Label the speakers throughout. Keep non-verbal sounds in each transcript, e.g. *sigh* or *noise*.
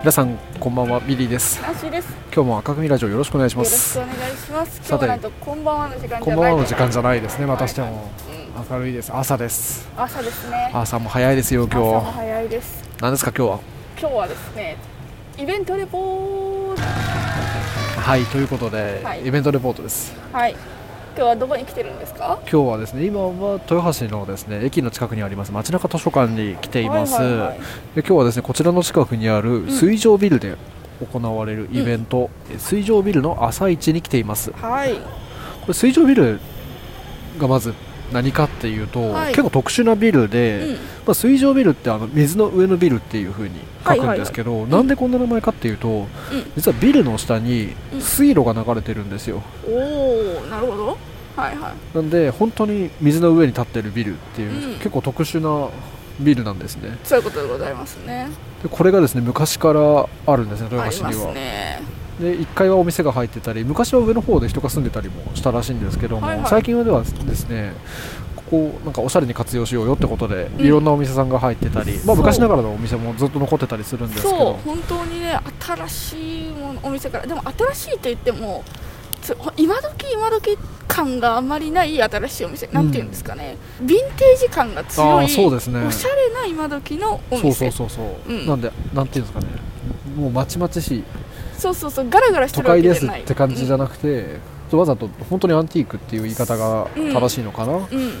Speaker 1: 皆さんこんばんはビリーです
Speaker 2: ナンシーです。よ
Speaker 1: 今日も赤組ラジオよろしくお願いし
Speaker 2: ろ
Speaker 1: ま
Speaker 2: しく
Speaker 1: す
Speaker 2: お願いします。
Speaker 1: さ
Speaker 2: 今日
Speaker 1: て
Speaker 2: はなんとこんばんはの時間じ
Speaker 1: こ
Speaker 2: ゃ
Speaker 1: んば
Speaker 2: なんい
Speaker 1: はの時間じ
Speaker 2: ゃ。
Speaker 1: ゃないですねまたして
Speaker 2: はい
Speaker 1: も
Speaker 2: うん
Speaker 1: 明るいです朝です
Speaker 2: 朝ですね。
Speaker 1: 朝も早いですよ
Speaker 2: 朝も
Speaker 1: 今日
Speaker 2: 早いです。
Speaker 1: 何ですか今日は
Speaker 2: 今日はですね、イベントレポート。
Speaker 1: はいということで、
Speaker 2: はい
Speaker 1: イベントレポートです
Speaker 2: はい。今日はどこに来てるんですか。
Speaker 1: 今日はですね今は豊橋のですね駅の近くにあります街中図書館に来ています、
Speaker 2: はいはいはい
Speaker 1: で今日はですねこちらの近くにある水上ビルで行われるイベント、水上ビルの朝市に来ていますこ
Speaker 2: はい。
Speaker 1: れ水上ビルがまず何かっていうと、
Speaker 2: はい
Speaker 1: 結構特殊なビルで、
Speaker 2: うん。
Speaker 1: まあ、水上ビルってあの水の上のビルっていう風に書くんですけど、なんでこんな名前かっていうと、実はビルの下に
Speaker 2: うん
Speaker 1: 水路が流れてるんですよ
Speaker 2: おお、なるほど。はいはい。
Speaker 1: なんで本当に水の上に立ってるビルっていう、
Speaker 2: うん
Speaker 1: 結構特殊なビルなんですね
Speaker 2: そういうことでございますね。
Speaker 1: でこれがですね昔からあるんですね
Speaker 2: あ
Speaker 1: 豊
Speaker 2: り
Speaker 1: 橋
Speaker 2: ま
Speaker 1: に
Speaker 2: す
Speaker 1: は、
Speaker 2: ね。
Speaker 1: で1階はお店が入ってたり昔は上の方で人が住んでたりもしたらしいんですけども、
Speaker 2: はいはい
Speaker 1: 最近はではですねここをなんかおしゃれに活用しようよってことで、
Speaker 2: うん
Speaker 1: いろんなお店さんが入ってたり、まあ、
Speaker 2: そう
Speaker 1: 昔ながらのお店もずっと残ってたりするんですけ
Speaker 2: そう
Speaker 1: ど、
Speaker 2: 本当にね、新しいものお店から、でも新しいと言っても。つ今時今時感があんまりない新しいお店、なんていうんですかね。ヴィンテージ感が強
Speaker 1: あ
Speaker 2: い。
Speaker 1: ーそうですね
Speaker 2: おしゃれな今時のお
Speaker 1: そう
Speaker 2: 店。
Speaker 1: そうそうそう、
Speaker 2: うん
Speaker 1: なんでなんていうんですかねもうまちまちしい
Speaker 2: そうそうそうガラガラして
Speaker 1: 都
Speaker 2: るわ
Speaker 1: 会
Speaker 2: けじ
Speaker 1: で
Speaker 2: ゃ
Speaker 1: すっ
Speaker 2: ない。
Speaker 1: て感じじゃなくて、わざと本当にアンティークっていう言い方が正しいのかな、ちょ
Speaker 2: うん。うん。
Speaker 1: っ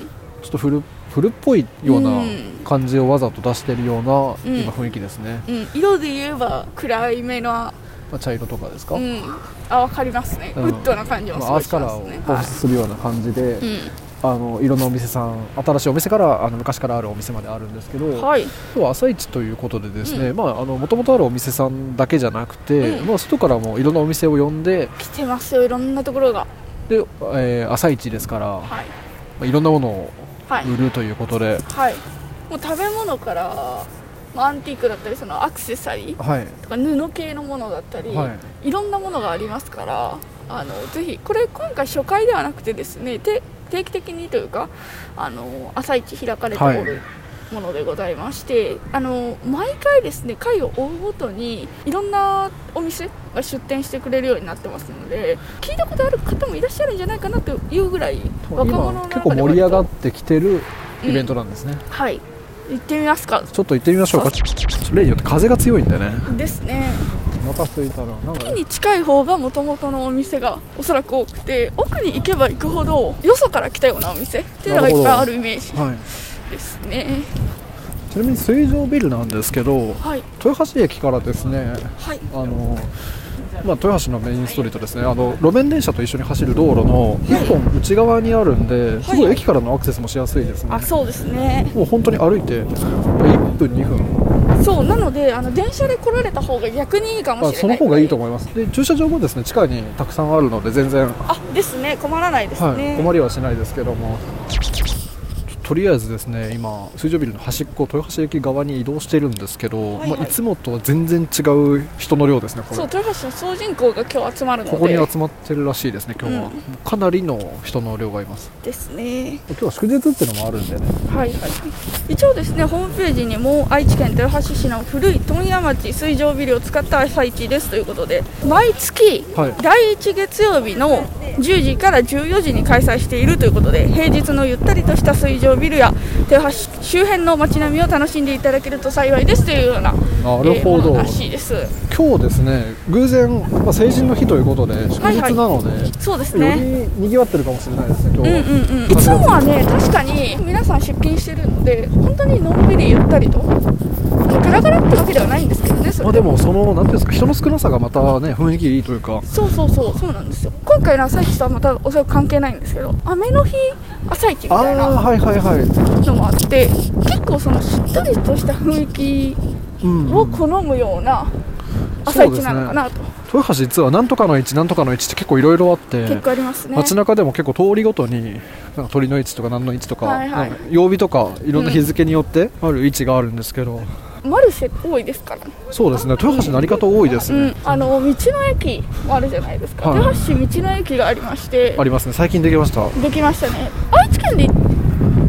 Speaker 1: と古古っぽいような
Speaker 2: うん
Speaker 1: 感じをわざと出してるような、
Speaker 2: うん
Speaker 1: 今雰囲気ですね、
Speaker 2: うん色で言えば暗いめの、
Speaker 1: まあ、茶色とかですか、
Speaker 2: うん、あわかりますね、
Speaker 1: うん
Speaker 2: ウッドな感じも
Speaker 1: ますあ、ア
Speaker 2: ご
Speaker 1: ー
Speaker 2: い
Speaker 1: ス
Speaker 2: し
Speaker 1: カ
Speaker 2: ま
Speaker 1: ラ
Speaker 2: すね
Speaker 1: ーを。放
Speaker 2: は
Speaker 1: 出するような感じで、
Speaker 2: い。
Speaker 1: あのいろんなお店さん新しいお店からあの昔からあるお店まであるんですけど、
Speaker 2: うん。はい。
Speaker 1: 今日は朝市ということでですね、まああの元々あるお店さんだけじゃなくて、
Speaker 2: うん
Speaker 1: まあ外からもいろんなお店を呼んで
Speaker 2: 来てますよいろんなところが。
Speaker 1: で、えー朝市ですから、ま
Speaker 2: はい。
Speaker 1: あ、いろんなものを
Speaker 2: はい。
Speaker 1: 売るということで、
Speaker 2: はい。もう食べ物から、まあ、アンティークだったりそのアクセサリー
Speaker 1: はい、
Speaker 2: とか布系のものだったり、、
Speaker 1: はい
Speaker 2: ろんなものがありますからあのぜひこれ今回初回ではなくてですねて定期的にというかあの朝一開かれてお
Speaker 1: は
Speaker 2: るものでございまして、あの毎回ですね回を追うごとにいろんなお店が出店してくれるようになってますので聞いたことある方もいらっしゃるんじゃないかなというぐらい若者の
Speaker 1: 今結
Speaker 2: 中
Speaker 1: 構
Speaker 2: で
Speaker 1: 盛り上がっ
Speaker 2: 割
Speaker 1: てきてる
Speaker 2: と
Speaker 1: イベントなんですね、
Speaker 2: はい行ってみますか
Speaker 1: ちょっと行ってみましょうか
Speaker 2: そ
Speaker 1: 例によって風が強いんでね
Speaker 2: ですね
Speaker 1: お腹空いたななんか
Speaker 2: 駅に近い方がもともとのお店がおそらく多くて奥に行けば行くほどよそから来たようなお店っていうのがいっぱいあるイメージ
Speaker 1: はい
Speaker 2: ですね
Speaker 1: ちなみに水上ビルなんですけど
Speaker 2: はい
Speaker 1: 豊橋駅からですね
Speaker 2: はい
Speaker 1: あのまあ、豊橋のメインストリートですねあの路面電車と一緒に走る道路の1本内側にあるんで、すごい駅からのアクセスもしやすいですね、
Speaker 2: あそうですね
Speaker 1: もう本当に歩いて1分2分
Speaker 2: そうなのであの電車で来られた方が逆にいいかも
Speaker 1: あ
Speaker 2: しれない
Speaker 1: その方がいいと
Speaker 2: 思
Speaker 1: 思いますで駐車場もですね地下にたくさんあるので全然、
Speaker 2: うあですね困らないですね、
Speaker 1: はい、困りはしないですけどもちょとりあえずですね今水上ビルの端っこ豊橋駅側に移動してるんですけど、
Speaker 2: はいいはい
Speaker 1: まあ、いつもとは全然違う人の量ですねこれ
Speaker 2: そう豊橋の総人口が今日集まるので
Speaker 1: ここに集まってるらしいですね今日は、
Speaker 2: うん
Speaker 1: かなりの人の量がいます
Speaker 2: ですね
Speaker 1: 今日は祝日っていうのもあるんでね
Speaker 2: はいはい一応ですねホームページにも愛知県豊橋市の古い問屋町水上ビルを使った朝市ですということで毎月
Speaker 1: はい
Speaker 2: 第1月曜日の10時から14時に開催しているということで平日のゆったりとした水上ビルや豊橋周辺の街並みを楽しんでいただけると幸いですというような
Speaker 1: なるほ
Speaker 2: えーも
Speaker 1: ど、
Speaker 2: のらしいです
Speaker 1: 今日ですね偶然、まあ、成人の日ということで祝
Speaker 2: は
Speaker 1: 日
Speaker 2: い
Speaker 1: なので、
Speaker 2: そうです
Speaker 1: よ
Speaker 2: ね
Speaker 1: り賑わってるかもしれないですね今
Speaker 2: う
Speaker 1: 日は、
Speaker 2: んうんうんいつもはね確かに皆さん出勤してるので本当にのんびりゆったりとガラガラってわけではないんですけどねそ
Speaker 1: ま
Speaker 2: れ
Speaker 1: あ、でもそのなんていうんですか人の少なさがまたね雰囲気いいというか
Speaker 2: そうそうそうそうなんですよ今回の朝市とはまたおそらく関係ないんですけど雨の日朝市み
Speaker 1: あ
Speaker 2: たい
Speaker 1: あ
Speaker 2: な
Speaker 1: はいはいはい、
Speaker 2: のもあって結構そのしっとりとした雰囲気
Speaker 1: うん
Speaker 2: を好むような朝市なのかなと、
Speaker 1: 豊橋実はなんとかの位置なんとかの位置って結構いろいろあって
Speaker 2: 結構ありますね
Speaker 1: 街中でも結構通りごとになんか鳥の位置とか何の位置とか,、
Speaker 2: はいはい
Speaker 1: なんか曜日とかいろんな日付によってある位置があるんですけど、
Speaker 2: マルシェ多いですからね
Speaker 1: そうですね豊橋何かと多いです
Speaker 2: う
Speaker 1: ね、
Speaker 2: ん、あの道の駅もあるじゃないですか、
Speaker 1: はい
Speaker 2: 豊橋道の駅がありまして
Speaker 1: ありますね最近できました
Speaker 2: できましたね愛知県で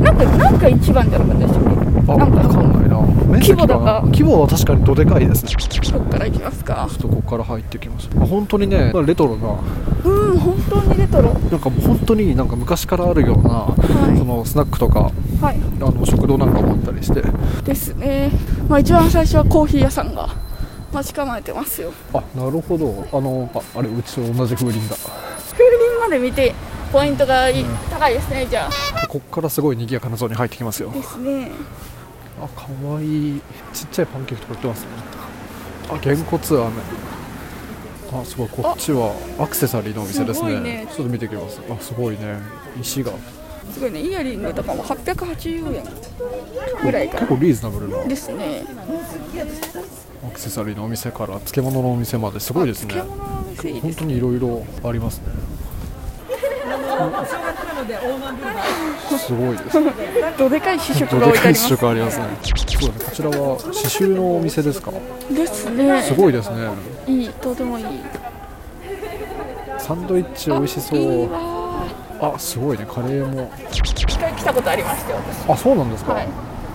Speaker 2: なんかなんか一番じゃなかったでしたっ
Speaker 1: あわ
Speaker 2: なんか
Speaker 1: かんないな面
Speaker 2: 規
Speaker 1: 積
Speaker 2: 模
Speaker 1: が
Speaker 2: とか
Speaker 1: 規模は確かにどでかいですね
Speaker 2: どっから行きますか
Speaker 1: ちょっとここから入ってきました、まあ、本当にねまあレトロな
Speaker 2: うん本当にレトロ
Speaker 1: なんかもう本当になんか昔からあるような、
Speaker 2: い
Speaker 1: そのスナックとか
Speaker 2: はい
Speaker 1: あの食堂なんかもあったりして
Speaker 2: ですねまあ一番最初はコーヒー屋さんが待ち構えてますよ
Speaker 1: あなるほどあのああれうちと同じ風鈴だ
Speaker 2: 風鈴まで見てポイントがいい高いですねじゃ
Speaker 1: こっからすごい賑やかなゾーンに入ってきますよ
Speaker 2: あですね
Speaker 1: あかわいいちっちゃいパンケーキとか売ってますねあげんこつ飴あすごいこっちはアクセサリーのお店です
Speaker 2: すごい
Speaker 1: ね
Speaker 2: ね
Speaker 1: ちょっと見てきますあすごいね石が
Speaker 2: すごいねイヤリングとかも880円ぐらいか
Speaker 1: 結
Speaker 2: ら
Speaker 1: 構リーズナブルな
Speaker 2: ですね
Speaker 1: アクセサリーのお店から漬物のお店まですごいですね
Speaker 2: 漬物のお店いいで
Speaker 1: 本
Speaker 2: す
Speaker 1: 当にいろいろありますねすごいです
Speaker 2: *laughs* どでかい試食
Speaker 1: ど
Speaker 2: が
Speaker 1: で
Speaker 2: 置いて
Speaker 1: か
Speaker 2: あ
Speaker 1: い
Speaker 2: り
Speaker 1: 試食ありま
Speaker 2: ます
Speaker 1: すねそうだねこちらは刺繍のお店ですか
Speaker 2: ですね
Speaker 1: すごいですね
Speaker 2: いいとてもいい
Speaker 1: サンドイッチ美味しそ
Speaker 2: いいうわ
Speaker 1: あすごいねカレーも
Speaker 2: ー一回来たことありましたよ私
Speaker 1: あそうなんですか、
Speaker 2: はい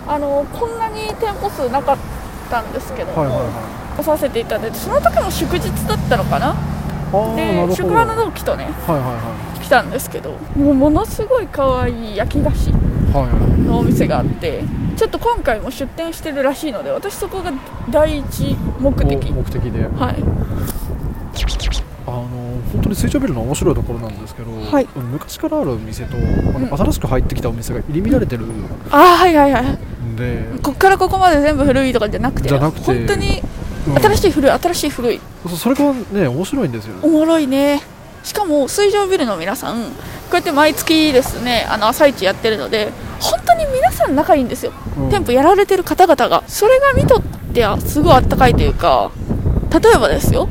Speaker 2: あのこんなに店舗数なかったんですけど、
Speaker 1: はいはいは
Speaker 2: 来させていただいてその時も祝日だったのかない
Speaker 1: ああなる
Speaker 2: で
Speaker 1: ほど
Speaker 2: 宿
Speaker 1: は
Speaker 2: 場
Speaker 1: い
Speaker 2: の同期とね
Speaker 1: はいは
Speaker 2: 来たんですけどもうものすごい可愛い焼き菓子
Speaker 1: いはいはい
Speaker 2: のお店があってちょっと今回も出店してるらしいので私そこが第一目的
Speaker 1: お目的で
Speaker 2: はい
Speaker 1: あの本当に水上ビルの面白いところなんですけど、
Speaker 2: はい
Speaker 1: 昔からあるお店と、あの
Speaker 2: うん
Speaker 1: 新しく入ってきたお店が入り乱れてるん
Speaker 2: ああはいはいはい
Speaker 1: で、
Speaker 2: こっからここまで全部古いとかじゃなくて
Speaker 1: じゃなくて
Speaker 2: 本当に
Speaker 1: うん
Speaker 2: 新しい古い新しい古い
Speaker 1: そうそれがね面白いんですよ
Speaker 2: お
Speaker 1: ね
Speaker 2: もろいねしかも水上ビルの皆さんこうやって毎月ですねあの朝市やってるので本当に皆さん仲いいんですよ、
Speaker 1: うん
Speaker 2: 店舗やられてる方々がそれが見とってはすごいあったかいというか例えばですよ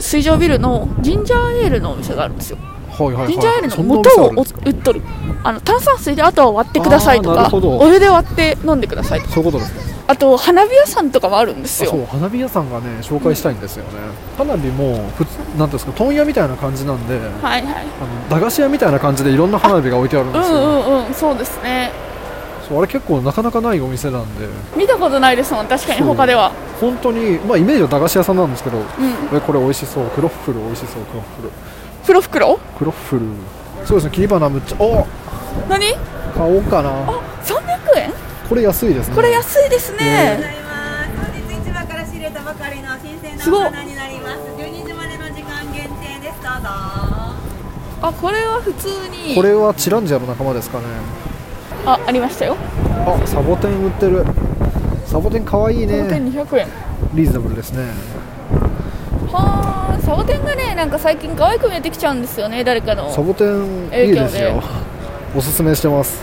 Speaker 2: 水上ビルのジンジャーエールのお店があるんですよ
Speaker 1: はいはいはい
Speaker 2: ジンジャーエール
Speaker 1: そ
Speaker 2: の
Speaker 1: んなお店
Speaker 2: 元を
Speaker 1: あるんですか
Speaker 2: 売っとるあの炭酸水であとは割ってくださいと
Speaker 1: あーな
Speaker 2: か
Speaker 1: るほど
Speaker 2: お湯で割って飲んでくださいとか
Speaker 1: そういうことですね
Speaker 2: あと花火屋さんとかもあるんです
Speaker 1: あそ
Speaker 2: よ
Speaker 1: う花火屋さんがね紹介したいんですよね、花火も普通なんていうんですか問屋みたいな感じなんで、
Speaker 2: はいは
Speaker 1: あ
Speaker 2: い
Speaker 1: の駄菓子屋みたいな感じでいろんな花火が置いてあるん
Speaker 2: う
Speaker 1: ですよ、
Speaker 2: んうんうんそうですね
Speaker 1: そうあれ結構なかなかないお店なんで
Speaker 2: 見たことないですもん確かに
Speaker 1: そう
Speaker 2: 他では
Speaker 1: 本当にまあイメージは駄菓子屋さんなんですけど
Speaker 2: うん
Speaker 1: えこれ美味しそうクロッフル美味しそうクロッフル
Speaker 2: プロ袋
Speaker 1: クロッフルそうですね切り花むっちゃお
Speaker 2: 何
Speaker 1: 買おうかな
Speaker 2: あ300円
Speaker 1: これ安いですね
Speaker 2: これ安いですね、
Speaker 3: 本日市場から仕入れたばかりの新鮮
Speaker 2: すご
Speaker 3: ないお花になります。12時までの時間限定です。どうぞ。
Speaker 2: あこれは普通に
Speaker 1: これはチランジャの仲間ですかね
Speaker 2: あありましたよ
Speaker 1: あサボテン売ってるサボテンかわいい
Speaker 2: サボテ
Speaker 1: ね
Speaker 2: ン200円
Speaker 1: リーズナブルですね
Speaker 2: はあサボテンがねなんか最近可愛く見えてきちゃうんですよね誰かの
Speaker 1: サボテン
Speaker 2: 影
Speaker 1: いい
Speaker 2: 響で
Speaker 1: ですよおすすめしてます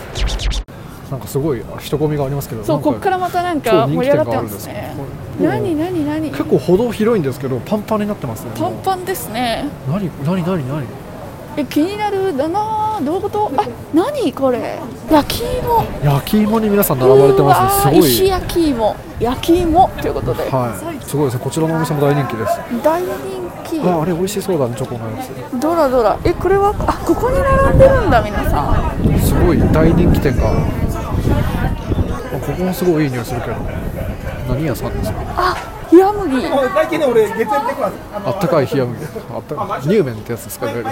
Speaker 1: なんかすごい人混みがありますけど
Speaker 2: そうこっかららまたなんか盛り上がってますね何何何
Speaker 1: 結構歩道広いんですけどパンパンになってますね
Speaker 2: パンパンですね
Speaker 1: ン何何何何
Speaker 2: え気になるだなーどういうことあ何これ焼き芋
Speaker 1: 焼き芋に皆さん並ばれてます
Speaker 2: うわー
Speaker 1: ねす
Speaker 2: 石
Speaker 1: ごい
Speaker 2: 焼き芋焼き芋ということで、
Speaker 1: はい、すごいですね、こちらのお店も大人気です。
Speaker 2: 大人気
Speaker 1: あ、あれ美味しそうだね、チョコのや
Speaker 2: ドラドラえこれはあここに並んでるんだ皆さん
Speaker 1: つ。すごい大人気店が。あ、ここもすごいいい匂いするけど。何屋さんですか。
Speaker 2: 冷麦
Speaker 4: 最近ね、俺、月曜日来ます。あの
Speaker 1: あったかい冷や麦。あったかい。乳麺ってやつですか、いわゆる。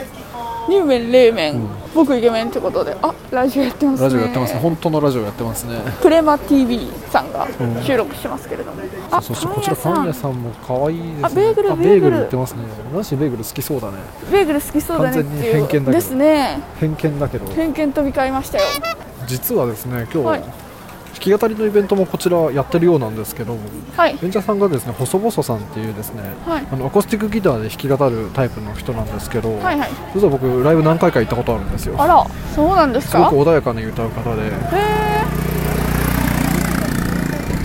Speaker 2: 乳麺冷麺、僕イケメンってことであラジオやってますね
Speaker 1: ラジオやってますね、本当のラジオやってますね。
Speaker 2: プレマ TV さんが収録してますけれども、あ
Speaker 1: そして
Speaker 2: パン
Speaker 1: こちら
Speaker 2: 屋さ
Speaker 1: パン屋
Speaker 2: ん
Speaker 1: さんも可愛いですね。
Speaker 2: あベーグル
Speaker 1: あ
Speaker 2: ベーグル
Speaker 1: 売ってますね。ナンシーベーグル好きそうだね。
Speaker 2: ベーグル好きそうだねっていう
Speaker 1: 完全に偏見だけど
Speaker 2: ですね
Speaker 1: 偏見だけど、
Speaker 2: 偏見飛び交いましたよ
Speaker 1: 実はですね、今日。
Speaker 2: はい
Speaker 1: 弾き語りのイベントもこちらやってるようなんですけど、
Speaker 2: はい
Speaker 1: 演者さんがですね細々さんっていうですね、
Speaker 2: はい
Speaker 1: あのアコースティックギターで弾き語るタイプの人なんですけど、
Speaker 2: はいはい
Speaker 1: 実は僕ライブ何回か行ったことあるんですよ
Speaker 2: あらそうなんです
Speaker 1: すご
Speaker 2: か
Speaker 1: く穏やかに歌う方で
Speaker 2: へえ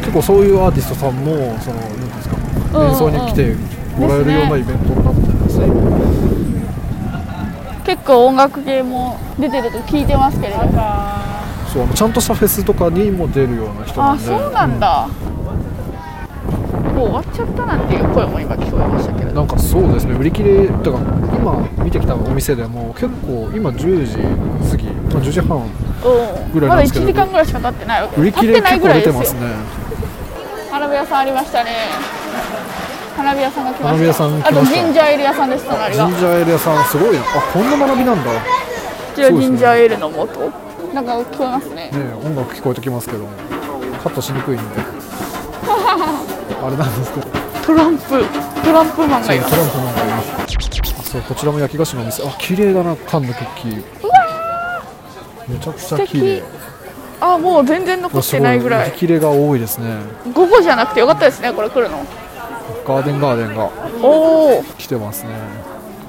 Speaker 1: 結構そういうアーティストさんもそのなんていうんですか、
Speaker 2: うんうん
Speaker 1: 演奏に来てもらえるようなイベントになってるんですね
Speaker 2: 結構音楽系も出てると聞いてますけれども
Speaker 1: そうあのちゃんとしたフェスとかにも出るような人な
Speaker 2: あ
Speaker 1: んで
Speaker 2: そうなん、だ、もう終わっちゃったなんていう声も今聞こえましたけれ
Speaker 1: う
Speaker 2: ど
Speaker 1: んなんかそうですね売り切れとか今見てきたお店でも結構今10時過ぎ、まあ、10時半
Speaker 2: うん
Speaker 1: ぐらいな
Speaker 2: ま
Speaker 1: ん
Speaker 2: だ
Speaker 1: ですけ
Speaker 2: 1
Speaker 1: ど
Speaker 2: 時間ぐらいしか経ってないわけ
Speaker 1: 売り切れ
Speaker 2: 経ってな
Speaker 1: 結
Speaker 2: いぐ
Speaker 1: 構
Speaker 2: らい
Speaker 1: 出
Speaker 2: で
Speaker 1: て
Speaker 2: すよ
Speaker 1: ますね
Speaker 2: 花火屋さんありましたね花火屋さんが来ました
Speaker 1: 花火屋さん来ました
Speaker 2: あとジンジャーエール屋さんです隣
Speaker 1: ジ
Speaker 2: が
Speaker 1: ンジャーエール屋さんすごいなあこんな学びなんだね
Speaker 2: こちら
Speaker 1: そうで
Speaker 2: ジ
Speaker 1: すね
Speaker 2: ンジャーエールの元なんか聞こえますね
Speaker 1: え音楽聞こえてきますけどカットしに
Speaker 2: *laughs*
Speaker 1: くいんであれなんですけど
Speaker 2: トランプトランプマンがいます
Speaker 1: トランプなんかいますあそうこちらも焼き菓子のお店あ綺麗だな缶のクッキーめちゃくちゃ綺麗
Speaker 2: 素あもう全然残
Speaker 1: あ
Speaker 2: っ
Speaker 1: す
Speaker 2: て
Speaker 1: ご
Speaker 2: ないぐら
Speaker 1: 売り
Speaker 2: い
Speaker 1: 切れが多いですね
Speaker 2: 午後じゃなくてよかったですねこれ来るの
Speaker 1: ガーデンガーデンが
Speaker 2: おお
Speaker 1: 来てますね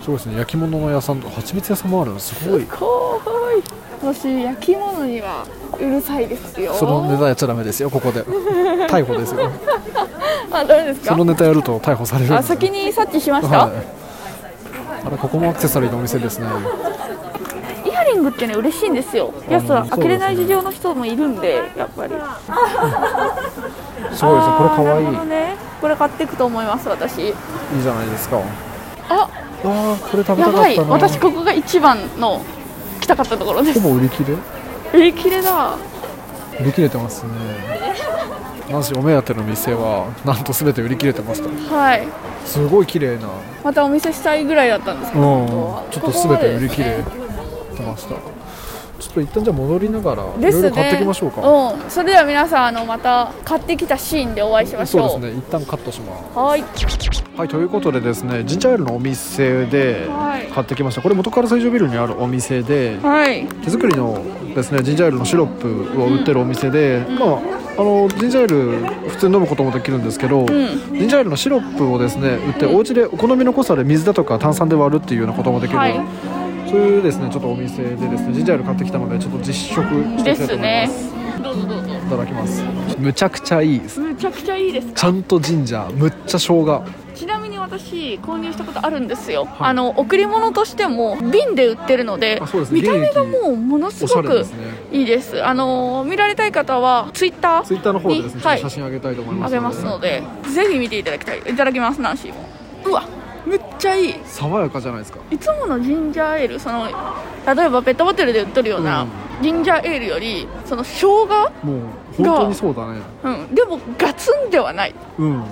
Speaker 1: すごいですね焼き物の屋さんと蜂蜜屋さんもあるのすごい
Speaker 2: かわいい私焼き物にはうるさいですよ
Speaker 1: そのネタやっちゃダメですよここで逮捕です
Speaker 2: *laughs*
Speaker 1: よ
Speaker 2: あダメです
Speaker 1: そ
Speaker 2: か
Speaker 1: のネタやると逮捕されるんで
Speaker 2: あ先に察知しました、
Speaker 1: はいあれここもアクセサリーのお店ですね
Speaker 2: イヤリングってね嬉しいんですよやつ
Speaker 1: う
Speaker 2: は
Speaker 1: ん
Speaker 2: 開けれない事情の人もいるんでやっぱり
Speaker 1: すごいですねこれ可
Speaker 2: あーなるほど
Speaker 1: 愛
Speaker 2: ねこれ買っていくと思います私
Speaker 1: いいいじゃないですかあ
Speaker 2: あ
Speaker 1: ーこれ食べ
Speaker 2: や
Speaker 1: たか
Speaker 2: ば
Speaker 1: っ
Speaker 2: い
Speaker 1: たな
Speaker 2: 私ここが一番の来たかったところで
Speaker 1: ほ
Speaker 2: す
Speaker 1: ぼ売り切れ
Speaker 2: 売り切れだ
Speaker 1: 売り切れてます
Speaker 2: *laughs*
Speaker 1: ねなんしお目当ての店はなんと全て売り切れてました
Speaker 2: はい
Speaker 1: すごい綺麗な
Speaker 2: またお見せしたいぐらいだったんですけ
Speaker 1: う
Speaker 2: ど、
Speaker 1: ん
Speaker 2: 本
Speaker 1: ち
Speaker 2: 当
Speaker 1: ょっと
Speaker 2: ここ
Speaker 1: 全
Speaker 2: まで
Speaker 1: て売り切れ
Speaker 2: ですね
Speaker 1: てましたちょっと一旦じゃあ戻りながらいろ
Speaker 2: で
Speaker 1: い
Speaker 2: す
Speaker 1: ろ
Speaker 2: ね
Speaker 1: 買ってきましょうか
Speaker 2: うん、それでは皆さんあのまた買ってきたシーンでお会いしまし
Speaker 1: そう
Speaker 2: ょう
Speaker 1: ですね一旦カットします
Speaker 2: はい
Speaker 1: はいということでですねジンジャーエールのお店で
Speaker 2: はい
Speaker 1: 買ってきましたこれ元から成城ビルにあるお店で
Speaker 2: はい
Speaker 1: 手作りのですねジンジャーエールのシロップを売ってるお店で、まああのジンジャーエール普通に飲むこともできるんですけど、ジンジャーエールのシロップをですね売ってお家でお好みの濃さで水だとか炭酸で割るっていうようなこともできる、
Speaker 2: はい
Speaker 1: そういうですねちょっとお店でですねジンジャーエール買ってきたのでちょっと実食して
Speaker 2: で
Speaker 1: いきたいと思
Speaker 2: す
Speaker 1: いま
Speaker 2: ね
Speaker 1: す
Speaker 2: どうぞどうぞ
Speaker 1: いただきますむちゃくちゃいいです
Speaker 2: むちゃくちゃいいです
Speaker 1: ちゃんとジンジャーむっちゃ生姜
Speaker 2: ちなみに私購入したことあるんですよ、あの贈り物としても瓶で売ってるので
Speaker 1: あそうですね
Speaker 2: 見た目が
Speaker 1: 現役
Speaker 2: もうものす
Speaker 1: おしゃ
Speaker 2: ご
Speaker 1: れで
Speaker 2: く
Speaker 1: すね
Speaker 2: いいですあのー見られたい方はツイッター
Speaker 1: ツイッターの方でですね、ちょっ
Speaker 2: は
Speaker 1: と
Speaker 2: い
Speaker 1: 写真あげたいと思いま
Speaker 2: あ
Speaker 1: すので
Speaker 2: げますのでぜひ見ていただきたいいただきますナンシーもうわめっちゃいい
Speaker 1: 爽やかじゃないですか
Speaker 2: いつものジンジャーエールその例えばペットボトルで売っとるような、
Speaker 1: うん
Speaker 2: ジンジャーエールよりその生
Speaker 1: も
Speaker 2: 姜、
Speaker 1: う本当にそうだね
Speaker 2: うん、でもガツンではない
Speaker 1: うん